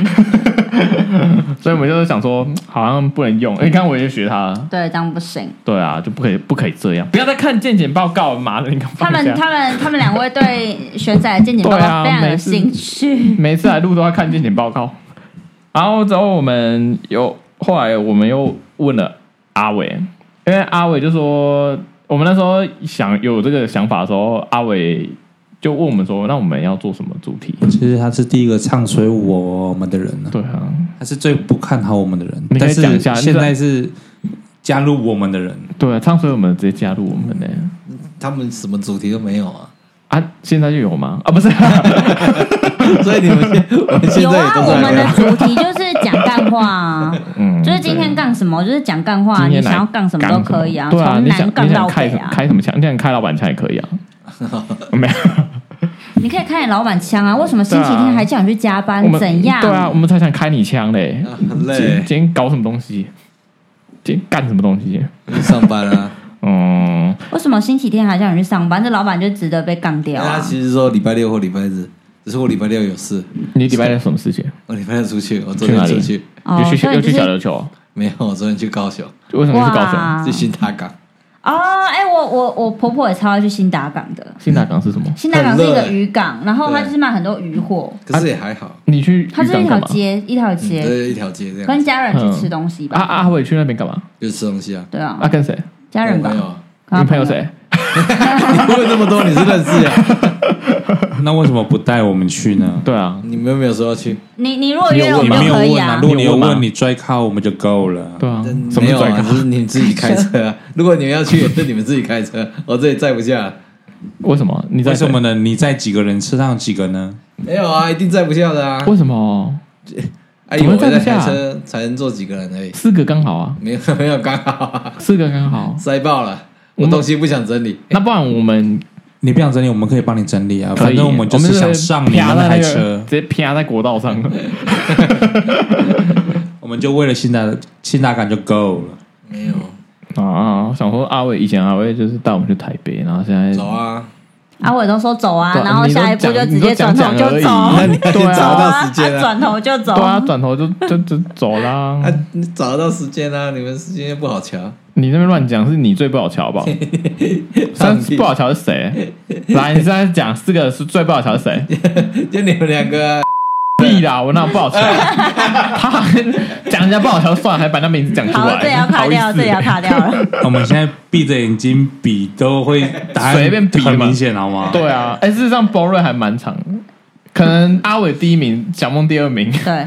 Speaker 3: 所以我们就是想说好像不能用，因为刚刚我也学他，啊
Speaker 1: 对，这样不行。
Speaker 3: 对啊，就不可以不可以这样，不要再看健检报告，妈的，你敢
Speaker 1: 他们他们他们两位对玄仔的见解都
Speaker 3: 对啊
Speaker 1: 非常有
Speaker 3: 没事
Speaker 1: 兴趣。
Speaker 3: 每次来录都要看健检报告。然后之后我们又后来我们又问了阿伟，因为阿伟就说我们那时候想有这个想法的时候，阿伟就问我们说，那我们要做什么主题？
Speaker 2: 其实他是第一个唱衰我们的人呢，
Speaker 3: 对啊，
Speaker 2: 他是最不看好我们的人
Speaker 3: 你，可
Speaker 2: 但
Speaker 3: 以
Speaker 2: 是
Speaker 3: 讲一下
Speaker 2: 现在是加入我们的人，
Speaker 3: 对啊，唱衰我们直接加入我们呢、
Speaker 4: 他们什么主题都没有啊，
Speaker 3: 啊，现在就有吗？啊，不是，
Speaker 4: 所以你们现我们现
Speaker 1: 有
Speaker 4: 在也
Speaker 1: 啊，
Speaker 4: 都
Speaker 1: 我
Speaker 4: 在
Speaker 1: 们的
Speaker 4: 聊
Speaker 1: 主题就是讲干话 啊，
Speaker 3: 嗯，
Speaker 1: 就是今天干什么就是讲干话，啊
Speaker 3: 今
Speaker 1: 你
Speaker 3: 天来
Speaker 1: 想要干什么都可以啊，
Speaker 3: 对啊，
Speaker 1: 从
Speaker 3: 你想
Speaker 1: 南
Speaker 3: 你
Speaker 1: 杠到
Speaker 3: 想开
Speaker 1: 北
Speaker 3: 什么
Speaker 1: 啊，
Speaker 3: 开什么枪？你想开老板枪也可 以啊，没有。
Speaker 1: 你可以开你老板枪啊，为什么星期
Speaker 3: 对啊
Speaker 1: 天还叫你去加班
Speaker 3: 我？们
Speaker 1: 怎样？
Speaker 3: 对啊，我们才想开你枪嘞，
Speaker 4: 啊很
Speaker 3: 今
Speaker 4: 累
Speaker 3: 今天搞什么东西？今天干什么东西？
Speaker 4: 上班啊，
Speaker 3: 嗯，
Speaker 1: 为什么星期天还叫你去上班？这老板就值得被杠掉
Speaker 4: 他
Speaker 1: 啊！
Speaker 4: 其实说礼拜六或礼拜日，只是我礼拜六有事，
Speaker 3: 你礼拜天什么事情？
Speaker 4: 我礼拜六出去，我昨
Speaker 3: 去哪
Speaker 4: 天
Speaker 3: 里
Speaker 4: 出去，
Speaker 1: 哦，
Speaker 3: 又去
Speaker 1: 所以
Speaker 3: 又
Speaker 1: 就
Speaker 3: 去
Speaker 1: 是
Speaker 3: 小琉球？
Speaker 4: 没有，我昨天去高雄，
Speaker 3: 为什么是高雄？
Speaker 1: 哇
Speaker 4: 去新塔
Speaker 3: 啊
Speaker 4: 港，
Speaker 1: 哦，哎、我我我婆婆也超爱去新达港的。
Speaker 3: 新大港是什么？
Speaker 1: 新达港是一个渔港，然后
Speaker 4: 对
Speaker 1: 它就是卖很多渔货，
Speaker 4: 可是也还好，
Speaker 3: 你去
Speaker 1: 它
Speaker 3: 渔
Speaker 1: 就是
Speaker 3: 港
Speaker 1: 一条
Speaker 3: 干嘛？
Speaker 1: 街，一条
Speaker 4: 嗯
Speaker 1: 街，
Speaker 4: 对，一条街这样，
Speaker 1: 跟家人去吃东西
Speaker 3: 啊
Speaker 1: 吧。
Speaker 3: 啊！我去那边干嘛？
Speaker 4: 就吃东西啊。
Speaker 1: 对啊，
Speaker 3: 啊，跟谁？
Speaker 1: 家人
Speaker 4: 我
Speaker 1: 吧
Speaker 4: 朋。友啊，
Speaker 1: 跟
Speaker 3: 你
Speaker 1: 他
Speaker 3: 朋友？谁？
Speaker 4: 你问这么多，你是认识 啊？
Speaker 2: 那为什么不带我们去呢？
Speaker 3: 对啊，
Speaker 4: 你们有没有说要去？
Speaker 1: 你你如果约 我
Speaker 2: 你
Speaker 1: 们
Speaker 2: 没
Speaker 1: 就
Speaker 2: 有
Speaker 1: 可以
Speaker 2: 问啊
Speaker 1: 啊，
Speaker 2: 如。果你有
Speaker 3: 你有问吗
Speaker 2: 问，你拽靠我们就够了。
Speaker 3: 对啊，
Speaker 4: 嗯
Speaker 3: 什么
Speaker 4: 没有
Speaker 3: 拽
Speaker 4: 啊，
Speaker 3: 咖？
Speaker 4: 就是你自己开车啊。如果你们要去，也 是你们自己开车，我这里载不下。
Speaker 3: 为什么？你在
Speaker 2: 为什么？呢？你在几个人车上几个呢？
Speaker 4: 没有啊，一定载不下的啊。
Speaker 3: 为什么？
Speaker 4: 哎，
Speaker 3: 怎么
Speaker 4: 我
Speaker 3: 载
Speaker 4: 在
Speaker 3: 不下啊
Speaker 4: 开车才能坐几个人而已，
Speaker 3: 四个刚好啊，
Speaker 4: 没有 没有刚好啊
Speaker 3: 四个刚好。
Speaker 4: 塞爆了。
Speaker 3: 我
Speaker 4: 我
Speaker 3: 们
Speaker 4: 东西不想整理，
Speaker 3: 那不然我们
Speaker 2: 你不想整理，我们可以帮你整理啊。
Speaker 3: 可以
Speaker 2: 反正我们就是想上你
Speaker 3: 啪
Speaker 2: 们
Speaker 3: 在
Speaker 2: 那台
Speaker 3: 个
Speaker 2: 车，
Speaker 3: 直接啪在国道上。
Speaker 2: 我们就为了新达新达感就够了。
Speaker 4: 没
Speaker 3: 啊
Speaker 4: 有
Speaker 3: 啊！我想说阿伟以前阿伟就是带我们去台北，然后现在
Speaker 4: 走啊，
Speaker 1: 阿伟都说走啊，
Speaker 3: 对啊
Speaker 1: 然后下一步就直接转头就
Speaker 3: 你
Speaker 1: 走，
Speaker 3: 都讲
Speaker 4: 那你还得
Speaker 3: 对啊
Speaker 4: 找
Speaker 1: 啊
Speaker 4: 到时间
Speaker 1: 啊
Speaker 4: 啊，
Speaker 1: 转头就走。
Speaker 3: 对啊，转头就 就就走啦。
Speaker 4: 啊，你找得到时间啊，你们时间又不好瞧，
Speaker 3: 你那边乱讲是你最不好瞧 好不好？三不好瞧是谁？来，你现在讲四个是最不好瞧是 谁？
Speaker 4: 就你们两个啊，
Speaker 3: 屁啦，我那不好瞧。 他还讲人家不好瞧算了，还把那名字讲出
Speaker 1: 好，啊
Speaker 3: 来，
Speaker 1: 这也要卡
Speaker 3: 好意
Speaker 1: 掉，
Speaker 3: 思
Speaker 1: 这也要卡掉 了。
Speaker 2: 我们现在闭着眼睛比都会答案
Speaker 3: 随便比嘛
Speaker 2: 很明显好吗？
Speaker 3: 对啊，哎，事实上 b o r y 还蛮长的，可能阿伟第一名，小梦第二名，
Speaker 1: 对，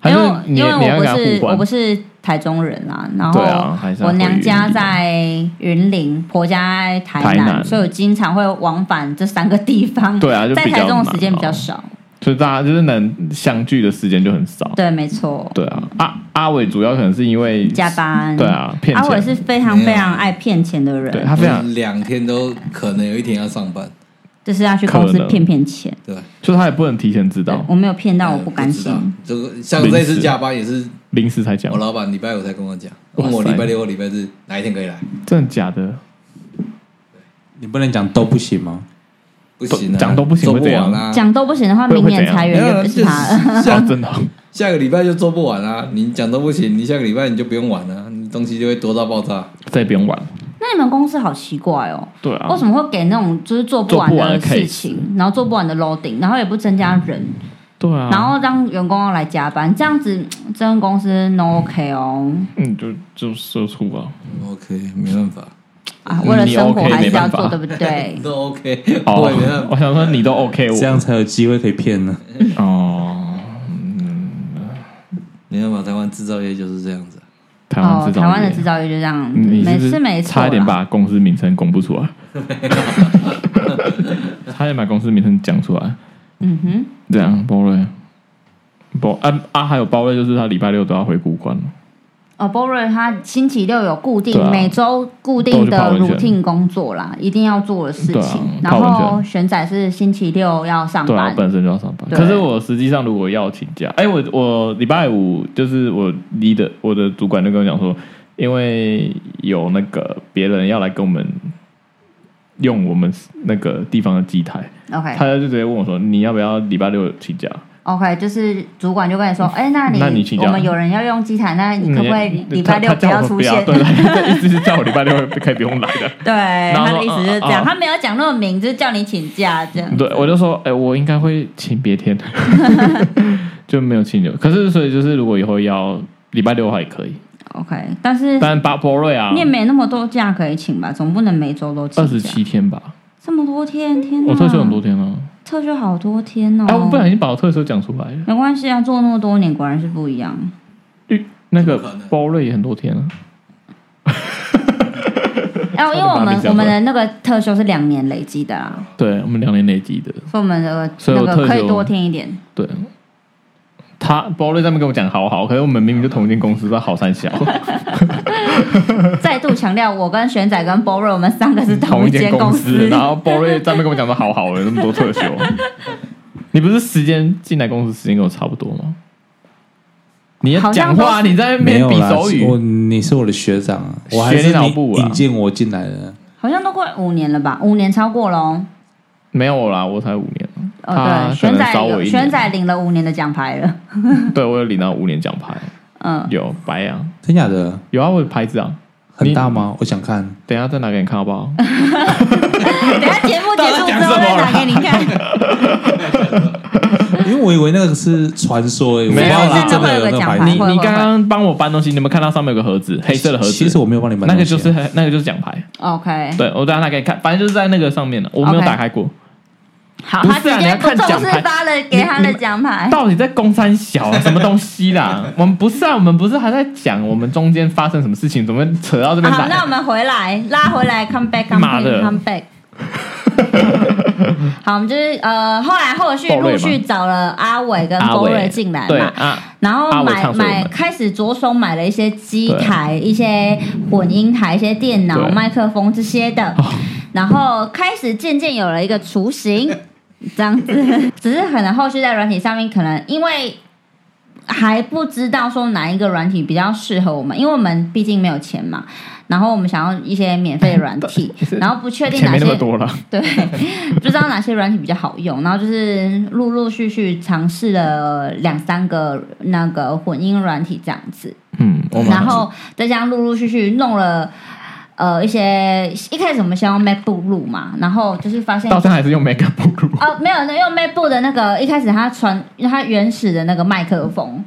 Speaker 3: 还
Speaker 1: 因为
Speaker 3: 是
Speaker 1: 我
Speaker 3: 你
Speaker 1: 因为
Speaker 3: 你要
Speaker 1: 我
Speaker 3: 跟
Speaker 1: 不
Speaker 3: 他
Speaker 1: 是
Speaker 3: 互
Speaker 1: 我不
Speaker 3: 换？
Speaker 1: 是台中人啊，然后
Speaker 3: 对啊还是要
Speaker 1: 我娘家
Speaker 3: 回云林
Speaker 1: 在云林，婆家在台
Speaker 3: 台
Speaker 1: 南，
Speaker 3: 南
Speaker 1: 所以我经常会往返这三个地方。
Speaker 3: 对啊就
Speaker 1: 在
Speaker 3: 比较
Speaker 1: 台中的时间
Speaker 3: 忙
Speaker 1: 比较
Speaker 3: 哦
Speaker 1: 少。
Speaker 3: 所以大家就是能相聚的时间就很少。
Speaker 1: 对，没错，
Speaker 3: 对啊，阿阿伟主要可能是因为
Speaker 1: 加班。
Speaker 3: 对啊，骗
Speaker 1: 阿
Speaker 3: 钱。
Speaker 1: 伟是非常
Speaker 4: 啊
Speaker 1: 非常爱骗钱的
Speaker 3: 对
Speaker 1: 人，
Speaker 3: 他非常，
Speaker 2: 嗯
Speaker 4: 两天都可能有一天要上班，
Speaker 1: 就是要去公
Speaker 3: 可
Speaker 1: 司
Speaker 3: 能
Speaker 1: 骗骗钱。
Speaker 4: 对吧？
Speaker 3: 就是他也不能提前知
Speaker 1: 对
Speaker 3: 道，
Speaker 1: 我没有骗到，啊我
Speaker 4: 呃
Speaker 1: 不甘
Speaker 4: 知道
Speaker 1: 心。
Speaker 4: 这个像这次加班也是
Speaker 3: 临时才讲
Speaker 4: 我，老板礼拜五才跟我讲，
Speaker 3: 哇塞
Speaker 4: 问我礼拜六或礼拜日哪一天可以来，
Speaker 3: 真的假的？
Speaker 2: 你不能讲都不行吗？
Speaker 4: 不行啊，
Speaker 3: 讲都不行
Speaker 4: 做
Speaker 3: 会
Speaker 4: 不
Speaker 3: 怎样
Speaker 4: 完啊，
Speaker 1: 讲都不行的话，
Speaker 3: 会
Speaker 1: 明
Speaker 3: 会
Speaker 1: 年
Speaker 3: 怎样
Speaker 1: 裁
Speaker 4: 没
Speaker 1: 员
Speaker 4: 有
Speaker 1: 就
Speaker 4: 啊
Speaker 1: 不
Speaker 4: 就是
Speaker 1: 他了。
Speaker 3: 哦，
Speaker 4: 下
Speaker 3: 真的哦，
Speaker 4: 下个礼拜就做不完啊，你讲都不行，你下个礼拜你就不用玩了、你东西就会多到爆炸。
Speaker 3: 再不用玩。
Speaker 1: 那你们公司好奇怪哦，
Speaker 3: 对啊
Speaker 1: 为，什么会给那种就是做不完
Speaker 3: 做不完的 case
Speaker 1: 事情，然后做不完的 loading，然后也不增加人，
Speaker 3: 对啊，
Speaker 1: 然后让员工要来加班，这样子这样公司 no OK 哦
Speaker 3: 嗯，就就社畜啊。
Speaker 4: OK，没办法，
Speaker 1: 啊，
Speaker 3: 嗯
Speaker 1: 为了
Speaker 3: 你
Speaker 1: 生活
Speaker 3: OK，
Speaker 1: 还是
Speaker 3: 没
Speaker 1: 要
Speaker 3: 办法
Speaker 1: 做，对不对？
Speaker 4: 都 OK，
Speaker 3: 哦
Speaker 4: 我也没办，法。
Speaker 3: 我想说你都 OK，我
Speaker 2: 这样才有机会可以骗呢。
Speaker 3: 哦。嗯
Speaker 4: 没办法，台湾制造业就是这样子。 啊
Speaker 3: 台湾
Speaker 1: 哦
Speaker 3: 制，造业，嗯
Speaker 1: 台湾的制造业就这样，
Speaker 3: 你
Speaker 1: 每
Speaker 3: 是不
Speaker 1: 次
Speaker 3: 是
Speaker 1: 每次
Speaker 3: 差一点把公司名称公布出 来，差点把公司名称讲出来。
Speaker 1: 嗯哼，
Speaker 3: 这样，包瑞，包啊啊，还有包瑞，就是他礼拜六都要回古关了。
Speaker 1: 哦 b o r 他星期六有固定、
Speaker 3: 对啊
Speaker 1: 每周固
Speaker 3: 都
Speaker 1: 定
Speaker 3: 去泡
Speaker 1: 的
Speaker 3: 温泉
Speaker 1: routine 工作啦，一定要做的事
Speaker 3: 对啊
Speaker 1: 情。然
Speaker 3: 泡温泉
Speaker 1: 后玄仔是星期六要上
Speaker 3: 对啊，我
Speaker 1: 班，
Speaker 3: 本身就要上班。
Speaker 1: 对
Speaker 3: 可是我实际上如果要请假，哎、我我礼拜五就是我 leader 我的主管就跟我讲说，因为有那个别人要来跟我们用我们那个地方的机台，
Speaker 1: OK
Speaker 3: 他就直接问我说，你要不要礼拜六请假？
Speaker 1: OK，就是主管就跟你说，哎，那你
Speaker 3: 嗯那你请假
Speaker 1: 我们有人要用机台，那你可不可以
Speaker 3: 你
Speaker 1: 礼拜六
Speaker 3: 嗯他他叫
Speaker 1: 要
Speaker 3: 我
Speaker 1: 出
Speaker 3: 不要
Speaker 1: 现？
Speaker 3: 对，他意思是叫我礼拜六可以不用来的。
Speaker 1: 对，
Speaker 3: 后
Speaker 1: 他的意思就是这样，
Speaker 3: 嗯嗯
Speaker 1: 他没有讲那么明，就是叫你请假这样。
Speaker 3: 对，我就说，哎、我应该会请 别天， 就没有请留。可是，所以就是，如果以后要礼拜六的话也可以，
Speaker 1: OK，但是
Speaker 3: 但巴博瑞啊
Speaker 1: 嗯你，也没那么多假可以请吧？总不能每周都请
Speaker 3: 二
Speaker 1: 假
Speaker 3: 十七天吧，
Speaker 1: 这么多天，天哪！
Speaker 3: 我特休很多，天啊，
Speaker 1: 特休好多天哦。
Speaker 3: 哎、我不小心把我特休讲出来了。
Speaker 1: 没关系啊，做那么多年果然是不一 样。
Speaker 3: 那
Speaker 4: 怎么可
Speaker 3: 个
Speaker 4: 能
Speaker 3: 包瑞也很多天啊，
Speaker 1: 哎，因为我
Speaker 3: 把
Speaker 1: 们
Speaker 3: 你讲
Speaker 1: 我们
Speaker 3: 出来
Speaker 1: 的那个特休是两年累积的啦，
Speaker 3: 对我们两年累积的，
Speaker 1: 所以我们的
Speaker 3: 所以
Speaker 1: 那
Speaker 3: 我
Speaker 1: 个
Speaker 3: 特
Speaker 1: 可
Speaker 3: 休
Speaker 1: 以多添一点。
Speaker 3: 对。他包瑞在那边跟我讲好好，可是我们明明就同一间公司，在好三小，
Speaker 1: 再度强调，我跟玄仔跟 Boro 我们三个是
Speaker 3: 同
Speaker 1: 一
Speaker 3: 一间
Speaker 1: 间
Speaker 3: 公
Speaker 1: 司。
Speaker 3: 然后包瑞在那边跟我讲说好好了，那么多特休， 你不是时间进来公司时间跟我差不多吗？你要讲
Speaker 1: 好
Speaker 3: 话，
Speaker 1: 像都
Speaker 3: 你在那
Speaker 2: 没
Speaker 3: 边
Speaker 2: 有
Speaker 3: 比
Speaker 2: 啦，
Speaker 3: 手语
Speaker 2: 我，你是我的学长啊，我还
Speaker 3: 学
Speaker 2: 是
Speaker 3: 你老
Speaker 2: 你
Speaker 3: 部啊
Speaker 2: 引荐我进来的。
Speaker 1: 好像都快五年了吧？五年超过了哦。
Speaker 3: 没有啦，我才五年，
Speaker 1: 哦，对，
Speaker 3: 他可
Speaker 1: 玄
Speaker 3: 能
Speaker 1: 仔
Speaker 3: 少我
Speaker 1: 有
Speaker 3: 一
Speaker 1: 玄
Speaker 3: 年，
Speaker 1: 仔领了五年的奖牌了。
Speaker 3: 对我有领到五年奖牌，
Speaker 1: 嗯，
Speaker 3: 有白羊，
Speaker 2: 真假的
Speaker 3: 有啊，我的牌子啊，
Speaker 2: 很大吗？我想看。
Speaker 3: 等一下再拿给你看好 不好？
Speaker 1: 等一下节目结束之后再 拿给你看。
Speaker 2: 因为我以为那个是传说、欸，我不知
Speaker 3: 没有
Speaker 2: 道
Speaker 3: 啦
Speaker 2: 是真的有那个牌
Speaker 3: 你
Speaker 2: 子。
Speaker 1: 会会
Speaker 3: 你刚刚帮我搬东西，你有没有看到上面有个盒子，黑色的盒子？
Speaker 2: 其实我没有帮你买
Speaker 3: 那
Speaker 2: 东西啊，
Speaker 3: 个就是那个就是奖牌，
Speaker 1: OK，
Speaker 3: 对我等一下拿给你看，反正就是在那个上面的，我没有
Speaker 1: OK
Speaker 3: 打开过。
Speaker 1: 好，
Speaker 3: 不
Speaker 1: 他
Speaker 3: 是啊
Speaker 1: 直
Speaker 3: 你要
Speaker 1: 接不
Speaker 3: 看
Speaker 1: 重
Speaker 3: 奖牌
Speaker 1: 视发了给他的奖牌。
Speaker 3: 到底在公山小、啊、什么东西啦？我们不是啊，我们不是还在讲我们中间发生什么事情，怎么会扯到这边
Speaker 1: 好，
Speaker 3: 来？
Speaker 1: 那我们回来拉回来，come back，come
Speaker 3: 妈的
Speaker 1: back，come back。好， 我们就是呃，后来后续
Speaker 3: 鲍瑞
Speaker 1: 陆
Speaker 3: 吗
Speaker 1: 续找了阿伟跟
Speaker 3: 阿
Speaker 1: 郭
Speaker 3: 伟
Speaker 1: 瑞进来
Speaker 3: 对
Speaker 1: 嘛，
Speaker 3: 啊，
Speaker 1: 然后
Speaker 3: 阿伟
Speaker 1: 买
Speaker 3: 唱所以我
Speaker 1: 买
Speaker 3: 们
Speaker 1: 开始着手买了一些机
Speaker 3: 对
Speaker 1: 台、一些混音台、一些电脑、
Speaker 3: 对哦
Speaker 1: 麦克风这些的，然后开始渐渐有了一个雏形，这样子。 只是可能后续在软体上面，可能因为还不知道说哪一个软体比较适合我们，因为我们毕竟没有钱嘛，然后我们想要一些免费软 体
Speaker 3: 其实，
Speaker 1: 然后不确定
Speaker 3: 钱
Speaker 1: 哪
Speaker 3: 没那么
Speaker 1: 些
Speaker 3: 多了，
Speaker 1: 对，不知道哪些软体比较好用，然后就是陆陆续续尝试了两三个那个混音软体这样子，
Speaker 3: 嗯，我
Speaker 4: 哦
Speaker 3: 们
Speaker 1: 然后再加上陆陆续续弄了。呃，一些一开始我们先用 MacBook 录嘛，然后就是发现
Speaker 3: 到现在还是用 MacBook，
Speaker 1: 哦，没有，那用 MacBook 的那个一开始它传它原始的那个麦克风，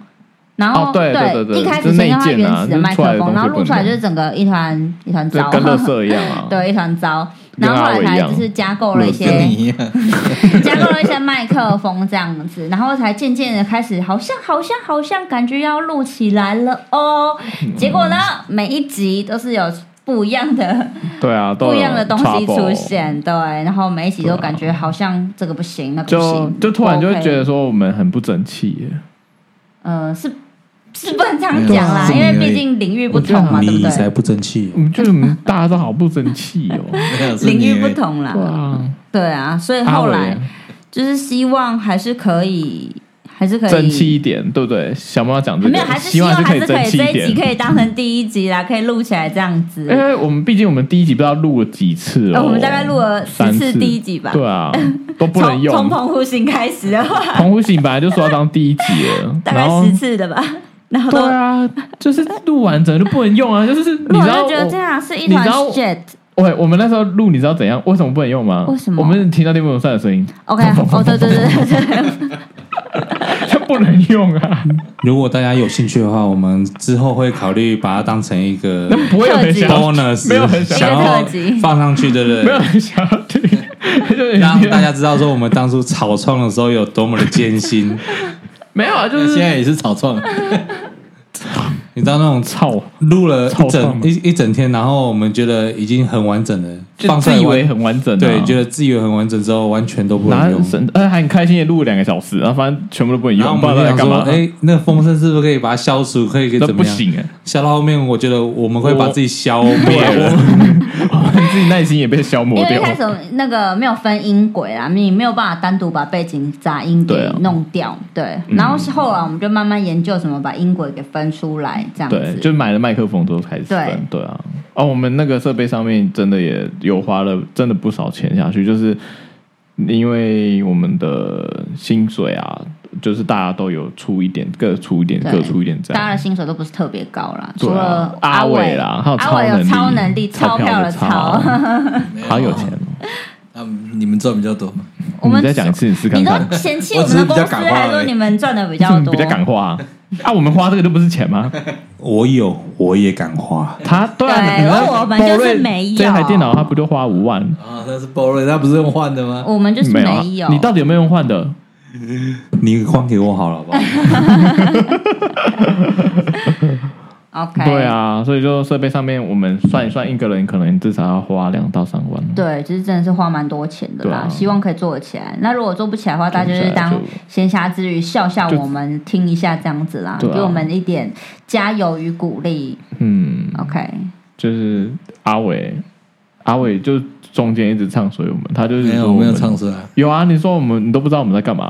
Speaker 1: 然后、
Speaker 3: 哦对对对对
Speaker 1: 一开
Speaker 3: 就
Speaker 1: 始
Speaker 3: 是那
Speaker 1: 先用它
Speaker 3: 一件
Speaker 1: 原
Speaker 3: 啊
Speaker 1: 始
Speaker 3: 就
Speaker 1: 的
Speaker 3: 是
Speaker 1: 麦
Speaker 3: 出
Speaker 1: 克
Speaker 3: 来的
Speaker 1: 风，
Speaker 3: 东西
Speaker 1: 然后
Speaker 3: 不
Speaker 1: 录出来
Speaker 3: 一样
Speaker 1: 就是整个一团一团糟。
Speaker 3: 就，跟垃圾一样啊
Speaker 1: 对，一团糟。
Speaker 3: 跟
Speaker 1: 然后后
Speaker 3: 阿
Speaker 1: 来
Speaker 3: 伟一
Speaker 1: 才
Speaker 3: 样
Speaker 1: 就是加购了一些
Speaker 4: 跟你一样，
Speaker 1: 加购了一些麦克风这样子，然后才渐渐的开始，好像好像好像感觉要录起来了 哦。结果呢，每一集都是有不一样的
Speaker 3: 对啊， 都有
Speaker 1: 不一样的东西
Speaker 3: trouble
Speaker 1: 出。现，对，然后每一集都感觉好像这个不行，那个不
Speaker 3: 就
Speaker 1: 行，
Speaker 3: 就突然就
Speaker 1: 不
Speaker 3: 会
Speaker 1: OK
Speaker 3: 觉得，说我们很不争气耶，
Speaker 1: 呃，是是不能这样讲啦，
Speaker 4: 没
Speaker 1: 因
Speaker 4: 有
Speaker 1: 为毕竟领域不
Speaker 2: 我觉
Speaker 1: 同
Speaker 2: 得
Speaker 1: 嘛，对
Speaker 2: 你
Speaker 1: 不
Speaker 2: 才
Speaker 1: 对？
Speaker 2: 不争气
Speaker 3: 我。们觉得我们大家都好不争气 哦。
Speaker 4: 没有是
Speaker 1: 领
Speaker 4: 你欸
Speaker 1: 域不
Speaker 4: 而已
Speaker 1: 同
Speaker 3: 对
Speaker 1: 啦，
Speaker 3: 啊，
Speaker 1: 对啊，所以
Speaker 3: 阿
Speaker 1: 后
Speaker 3: 伟
Speaker 1: 来就是希望还是可以，还是可以
Speaker 3: 争气一点，对不对？小猫要讲这个，
Speaker 1: 没有，还是
Speaker 3: 希
Speaker 1: 希望
Speaker 3: 是
Speaker 1: 还
Speaker 3: 可以
Speaker 1: 是可
Speaker 3: 争
Speaker 1: 以
Speaker 3: 气
Speaker 1: 这
Speaker 3: 一
Speaker 1: 一集
Speaker 3: 点。嗯
Speaker 1: 可以当成第一集啦，可以录起来这样子。
Speaker 3: 因为我们毕竟我们第一集不知道录了几次了、
Speaker 1: 呃我们大概录了十
Speaker 3: 三
Speaker 1: 次第一集吧
Speaker 3: 对啊，都不能
Speaker 1: 从
Speaker 3: 用
Speaker 1: 从。澎湖行开始的话，
Speaker 3: 澎湖醒本来就说要当第一集 了，
Speaker 1: 大
Speaker 3: 然
Speaker 1: 概
Speaker 3: 后
Speaker 1: 十次的 吧。然后
Speaker 3: 对
Speaker 1: 都
Speaker 3: 啊，就是录完整个就不能用啊，就是你
Speaker 1: 录完
Speaker 3: 知道
Speaker 1: 就觉得这
Speaker 3: 我
Speaker 1: 样是一
Speaker 3: 你
Speaker 1: 团
Speaker 3: 知道
Speaker 1: shit。
Speaker 3: 我我们那时候录，你知道怎样？为什么不能用吗？
Speaker 1: 为什么
Speaker 3: 我们听到电风扇的声音
Speaker 1: OK，哦，对对对对对，
Speaker 3: 就不能用 啊，
Speaker 2: 如果大家有兴趣的话，我们之后会考虑把它当成一个
Speaker 3: 不会有人想要，
Speaker 2: bonus，
Speaker 3: 没有很想
Speaker 2: 想要
Speaker 1: 一个特辑
Speaker 2: 放上去，对不
Speaker 3: 没
Speaker 2: 对？
Speaker 3: 有人想要听，就是
Speaker 2: 让大家知道说我们当初草创的时候有多么的艰辛。
Speaker 1: 嗯
Speaker 3: 没有啊，就
Speaker 4: 现
Speaker 3: 是
Speaker 4: 在也是草创，
Speaker 2: 你知道那种
Speaker 3: 操，
Speaker 2: 录了一
Speaker 3: 草创
Speaker 2: 整一一整天，然后我们觉得已经很完整了，
Speaker 3: 就
Speaker 2: 放出来
Speaker 3: 自以
Speaker 2: 完
Speaker 3: 为很完整、啊，
Speaker 2: 对，觉得自以为很完整之后，完全都不
Speaker 3: 然
Speaker 2: 能
Speaker 3: 后
Speaker 2: 用。
Speaker 3: 神，呃，还很开心也录了两个小时，然后反正全部都不能
Speaker 2: 然后
Speaker 3: 用，
Speaker 2: 我
Speaker 3: 不知
Speaker 2: 们就
Speaker 3: 道
Speaker 2: 想
Speaker 3: 在干
Speaker 2: 说，
Speaker 3: 嘛。
Speaker 2: 哎、那个风声是不是可以把它消除？可以可以
Speaker 3: 那
Speaker 2: 怎
Speaker 3: 不
Speaker 2: 么样？
Speaker 3: 行哎、
Speaker 2: 消到后面，我觉得我们会把自己消灭
Speaker 3: 我
Speaker 2: 了。
Speaker 3: 我们自己耐心也被消磨
Speaker 1: 因为一
Speaker 3: 掉。
Speaker 1: 开始那个没有分音轨啦，你没有办法单独把背景杂音
Speaker 3: 对
Speaker 1: 给
Speaker 3: 啊嗯
Speaker 1: 弄掉，对。然后后来我们就慢慢研究怎么把音轨给分出来，这样
Speaker 3: 对，
Speaker 1: 子。
Speaker 3: 就买了麦克风之后开始分，对啊。哦，我们那个设备上面真的也有花了真的不少钱下去，就是因为我们的薪水啊，就是大家都有出一点，各出一点，
Speaker 1: 对
Speaker 3: 各出一点这
Speaker 1: 大家的。
Speaker 3: 样
Speaker 1: 薪水都不是特别高啦，
Speaker 3: 对
Speaker 1: 除
Speaker 3: 啊
Speaker 1: 了
Speaker 3: 阿
Speaker 1: 伟
Speaker 3: 伟啦还有
Speaker 1: 阿伟有
Speaker 3: 超
Speaker 1: 超
Speaker 3: 能
Speaker 1: 能
Speaker 3: 力
Speaker 1: 力，
Speaker 3: 钞
Speaker 1: 钞
Speaker 3: 票
Speaker 1: 票
Speaker 3: 的
Speaker 1: 的
Speaker 3: 钞
Speaker 1: 钞，
Speaker 3: 好有钱哦！
Speaker 4: 他们啊你们赚比较多，
Speaker 1: 我们
Speaker 3: 你再讲一次，你试看
Speaker 1: 你
Speaker 3: 看，
Speaker 1: 都嫌弃我们的公司，还说你们赚的比较多，
Speaker 3: 比较敢花啊啊！我们花这个就不是钱 吗？
Speaker 2: 我有，我也敢花。
Speaker 3: 他对啊，
Speaker 1: 对
Speaker 3: 你知道
Speaker 1: 然后我们就是
Speaker 3: 鲍瑞
Speaker 1: 没有
Speaker 3: 这台电脑，他不就花五万？
Speaker 4: 啊，那是 Boring，他不是用换的吗？
Speaker 1: 我们就是
Speaker 3: 没啊
Speaker 1: 有。
Speaker 3: 你到底有没有用换的？
Speaker 2: 你还给我好了，好不好？
Speaker 1: OK？
Speaker 3: 对，啊，所以就设备上面，我们算一算，一个人可能至少要花两到三万。
Speaker 1: 对，就是真的是花蛮多钱的啦，
Speaker 3: 对啊
Speaker 1: 希望可以做得起来。那如果做不起来的话，大家就是当闲暇之余笑笑我们，听一下这样子啦，
Speaker 3: 对啊
Speaker 1: 给我们一点加油与鼓励。
Speaker 3: 嗯，
Speaker 1: OK，
Speaker 3: 就是阿伟，阿伟就中间一直唱衰我们，他就是
Speaker 4: 没
Speaker 3: 说
Speaker 4: 有，
Speaker 3: 我
Speaker 4: 我
Speaker 3: 们
Speaker 4: 没有唱出来。
Speaker 3: 有啊，你说我们你都不知道我们在干嘛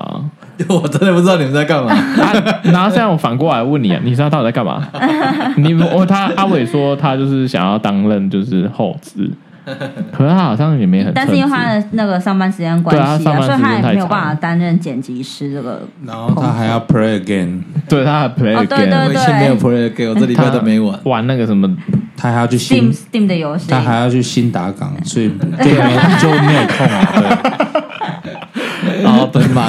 Speaker 3: 啊、
Speaker 4: 我真的不知道你们在干嘛。
Speaker 3: 啊然后现在我反过来问你啊，你知道他到底在干嘛？ 你们我他阿伟说他就是想要担任就是后置，可是他好像也没很称职，
Speaker 1: 但是因为他的那个上班时间关系
Speaker 3: 对啊
Speaker 1: 啊，
Speaker 3: 上班时
Speaker 1: 所
Speaker 3: 间
Speaker 1: 以他也没
Speaker 3: 太长
Speaker 1: 有办法担任剪辑师这个。
Speaker 2: 然后他还要 play again，
Speaker 3: 对他的 play
Speaker 1: 哦
Speaker 3: again，
Speaker 1: 对 对
Speaker 4: 我以前没有 play 给我这礼拜都没玩。
Speaker 3: 玩那个什么，
Speaker 2: 他还要去
Speaker 1: Steam
Speaker 2: 新，
Speaker 1: Steam 的游戏
Speaker 2: 他，还要去新打港，所以就没就没有空啊。
Speaker 4: 然后很忙，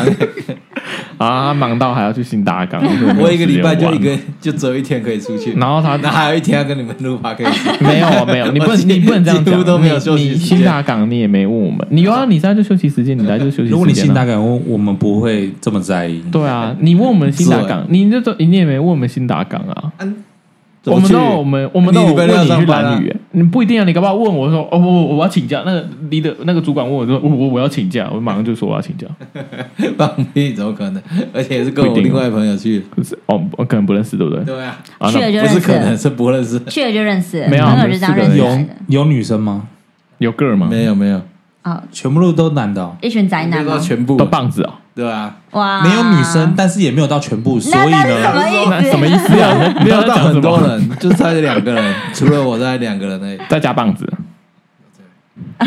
Speaker 3: 啊，他忙到还要去新达 港，
Speaker 4: 我一个礼拜就一
Speaker 3: 没有时
Speaker 4: 个，就只有一天可以出去
Speaker 3: 间玩，，然后 他
Speaker 4: 那还有一天要跟你们 录 p o d c
Speaker 3: 没有啊，没有，你不
Speaker 4: 我
Speaker 3: 能
Speaker 4: 几
Speaker 3: 你不能这样
Speaker 4: 几乎
Speaker 3: 讲，
Speaker 4: 都没有
Speaker 3: 你
Speaker 4: 休息
Speaker 3: 你
Speaker 4: 时间
Speaker 3: 新达港你也没问我们，你有啊，你现在就休息时间，你来就休息时间啊。
Speaker 2: 如果你新打港，我我们不会这么在意。
Speaker 3: 对啊，你问我们新达港，你这都你也没问我们新达港啊。我们都有我们我们都有
Speaker 4: 你礼拜六
Speaker 3: 问你
Speaker 4: 要
Speaker 3: 去
Speaker 4: 上班啊
Speaker 3: 蓝屿、欸你不一定啊，你搞不好问我说哦，我我要请假，那个你的那个主管问我说我我我要请假，我马上就说我要请假，
Speaker 4: 放屁，怎么 可能？而且也是跟我
Speaker 3: 不一定
Speaker 4: 另外朋友去，
Speaker 3: 可是哦，我可能不认识，对不对？
Speaker 4: 对啊，
Speaker 3: 啊，
Speaker 1: 去了
Speaker 3: 那
Speaker 1: 就
Speaker 4: 不
Speaker 1: 认
Speaker 4: 是
Speaker 1: 识
Speaker 4: 可能
Speaker 1: 了，
Speaker 4: 是不认识，
Speaker 1: 去了就认识了，
Speaker 3: 没有啊
Speaker 1: 朋友就这样
Speaker 3: 我们
Speaker 1: 认
Speaker 3: 四
Speaker 1: 识
Speaker 3: 个
Speaker 2: 有
Speaker 1: 来的。
Speaker 2: 有女生吗？
Speaker 3: 有个儿吗？
Speaker 4: 没有没有，
Speaker 1: 哦，
Speaker 2: 全部都男的哦，
Speaker 1: 一群宅
Speaker 4: 没
Speaker 1: 男
Speaker 4: 有
Speaker 1: 吗
Speaker 4: 到？全部
Speaker 3: 都，棒子哦，
Speaker 4: 对啊，
Speaker 1: 哇，
Speaker 2: 没有女生，，但是也没有到全部，所
Speaker 1: 那
Speaker 2: 以
Speaker 1: 那是什
Speaker 2: 呢，
Speaker 1: 么意思？
Speaker 3: 那什么意思啊？ 没有
Speaker 4: 要
Speaker 3: 在
Speaker 4: 到
Speaker 3: 讲什
Speaker 4: 很多
Speaker 3: 么，
Speaker 4: 人，就差两个人， 除了我在两个人 而已。
Speaker 3: 在 加棒子。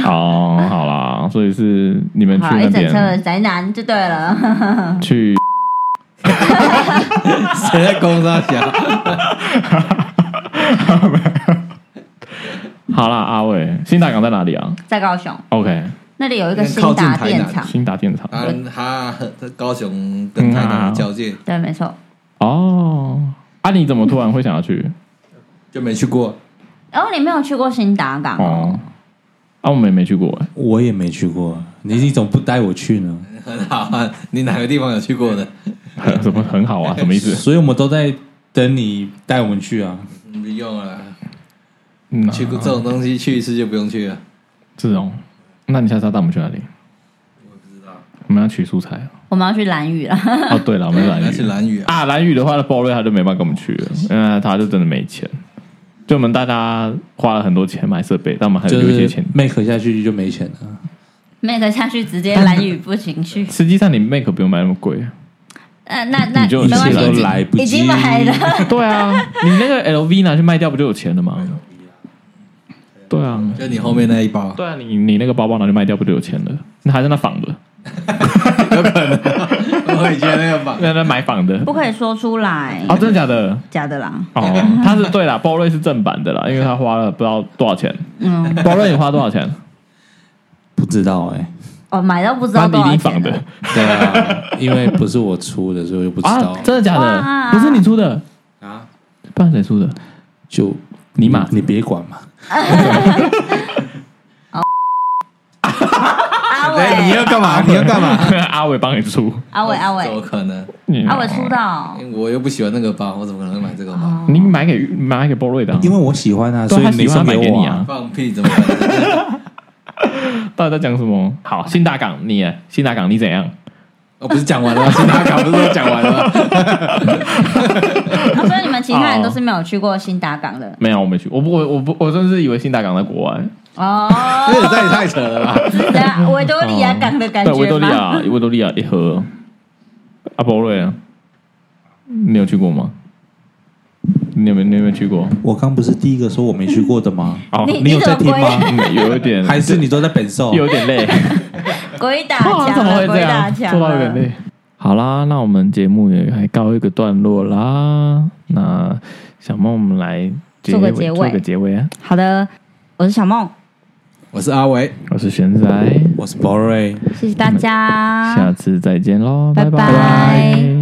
Speaker 3: 哦，好啦，所以是你们去
Speaker 1: 好，一
Speaker 3: 那
Speaker 1: 整车的
Speaker 3: 边
Speaker 1: 宅男就对了。
Speaker 3: 去
Speaker 4: 谁在攻他小？
Speaker 3: 好啦，阿伟，新达港在哪里啊
Speaker 1: 在高雄
Speaker 3: ？OK，
Speaker 1: 那里有一个新
Speaker 4: 靠近
Speaker 1: 达
Speaker 4: 台
Speaker 1: 电
Speaker 4: 南
Speaker 1: 厂，
Speaker 3: 新达电厂。
Speaker 4: 啊哈，高雄跟台南的
Speaker 3: 嗯
Speaker 4: 交
Speaker 3: 啊
Speaker 4: 界
Speaker 1: 对，没错。
Speaker 3: 哦，啊，你怎么突然会想要去？啊
Speaker 4: 就没去过，
Speaker 1: 哦，你没有去过新达港哦？
Speaker 3: 哦，啊，我们也没去过哎。
Speaker 2: 我也没去过。你你怎么不带我去呢？
Speaker 4: 很好啊。你哪个地方有去过的？
Speaker 3: 很 什么很好啊？什么意思？
Speaker 2: 所以我们都在等你带我们去啊。
Speaker 4: 不用了，
Speaker 3: 嗯、
Speaker 4: 去过这种东西去一次就不用去了。
Speaker 3: 这种，那你下次要带我们去哪里？我们要取素材啊
Speaker 1: 我们要去蓝屿了，
Speaker 3: 哦。对了，我们是
Speaker 4: 那
Speaker 3: 蓝
Speaker 4: 是
Speaker 3: 宇
Speaker 4: 蓝屿啊，
Speaker 3: 啊，蓝宇的话，那鲍瑞他就没办法跟我们去了，因为他就真的没钱。就我们大家花了很多钱买设备，但我们还
Speaker 2: 就
Speaker 3: 留一
Speaker 2: 是
Speaker 3: 些钱。
Speaker 2: make 下去就没钱了。
Speaker 1: 那个下去直接蓝屿不情绪。
Speaker 3: 实际上，你 Mac 不用买那么贵。
Speaker 1: 呃，那那
Speaker 3: 你就
Speaker 1: 没关
Speaker 2: 一切都
Speaker 1: 系，
Speaker 2: 来不及，
Speaker 1: 已经买了。
Speaker 3: 对啊，你那个 LV 拿去卖掉不就有钱了吗？对啊，
Speaker 4: 就你后面那一 包，
Speaker 3: 对啊，你你那个包包拿去卖掉不就有钱了？那还在那仿的，
Speaker 4: 我以前那个 吧。
Speaker 3: 在那买仿的。
Speaker 1: 不可以说出来，
Speaker 3: 哦，真的假的？
Speaker 1: 假的啦。
Speaker 3: 哦，他是对啦，包瑞是正版的啦，因为他花了不知道多少钱。
Speaker 1: 嗯，
Speaker 3: 包瑞你花多少钱？
Speaker 2: 不知道哎、
Speaker 1: 哦，买到 不知道
Speaker 3: 他李
Speaker 1: 多少
Speaker 3: 宁
Speaker 1: 钱
Speaker 3: 仿的
Speaker 1: 了。
Speaker 2: 对啊，因为不是我出的，所以我不知道
Speaker 3: 啊，真的假的？
Speaker 1: 哇
Speaker 3: 不是你出的，
Speaker 2: 啊
Speaker 3: 不然谁出的？
Speaker 2: 就
Speaker 3: 尼玛
Speaker 2: 你别管嘛。
Speaker 1: 阿
Speaker 4: 哎，你
Speaker 1: 伟，
Speaker 4: 要 干嘛？你要干嘛？
Speaker 3: 阿伟帮你出，
Speaker 1: 阿伟，阿
Speaker 4: 怎么
Speaker 1: 伟，
Speaker 4: 可能？
Speaker 3: 嗯
Speaker 1: 阿伟出的哦。
Speaker 4: 因为我又不喜欢那个包，我怎么可能会买这个包？
Speaker 1: 哦
Speaker 3: 你买给买给包瑞的啊，
Speaker 2: 因为我喜欢啊，
Speaker 3: 对
Speaker 2: 所以
Speaker 3: 他喜欢
Speaker 2: 送
Speaker 3: 买给
Speaker 2: 我
Speaker 3: 你啊。
Speaker 4: 放屁！怎么可能？
Speaker 3: 到底在讲什么？好，新大港你耶新大港你怎样？
Speaker 4: 我哦不是讲完了吗？新达港不是都讲完了吗？
Speaker 1: 啊所以你们其他人都是没有去过新达港的
Speaker 3: 没有，我没去，我不我我不我真是以为新大港在国外，
Speaker 1: 哦。
Speaker 4: 这也太太扯了吧！
Speaker 1: 对啊，维多利亚港的感
Speaker 3: 对，维
Speaker 1: 觉
Speaker 3: 多利
Speaker 1: 吗？
Speaker 3: 亚维多利亚一盒，阿波瑞啊，你有去过吗？你有没有你有没有去过？
Speaker 2: 我刚不是第一个说我没去过的吗？
Speaker 3: 哦，
Speaker 1: 你
Speaker 2: 你有在听
Speaker 1: 你怎么
Speaker 2: 吗？
Speaker 3: 嗯有一点，
Speaker 2: 还是你都在本寿？
Speaker 3: 有点累，
Speaker 1: 鬼打
Speaker 3: 哇
Speaker 1: 墙
Speaker 3: 怎么
Speaker 1: 了，
Speaker 3: 会这
Speaker 1: 鬼打
Speaker 3: 样？
Speaker 1: 墙
Speaker 3: 做到有点
Speaker 1: 了。
Speaker 3: 累。好啦，那我们节目也还告一个段落啦。那小梦，我们来结
Speaker 1: 做个
Speaker 3: 尾
Speaker 1: 结尾
Speaker 3: 做个结尾啊！
Speaker 1: 好的，我是小梦，
Speaker 4: 我是阿维，
Speaker 3: 我是玄仔，
Speaker 2: 我是 b o r y
Speaker 1: 谢谢大家，
Speaker 3: 下次再见喽，
Speaker 1: 拜
Speaker 3: 拜
Speaker 1: 拜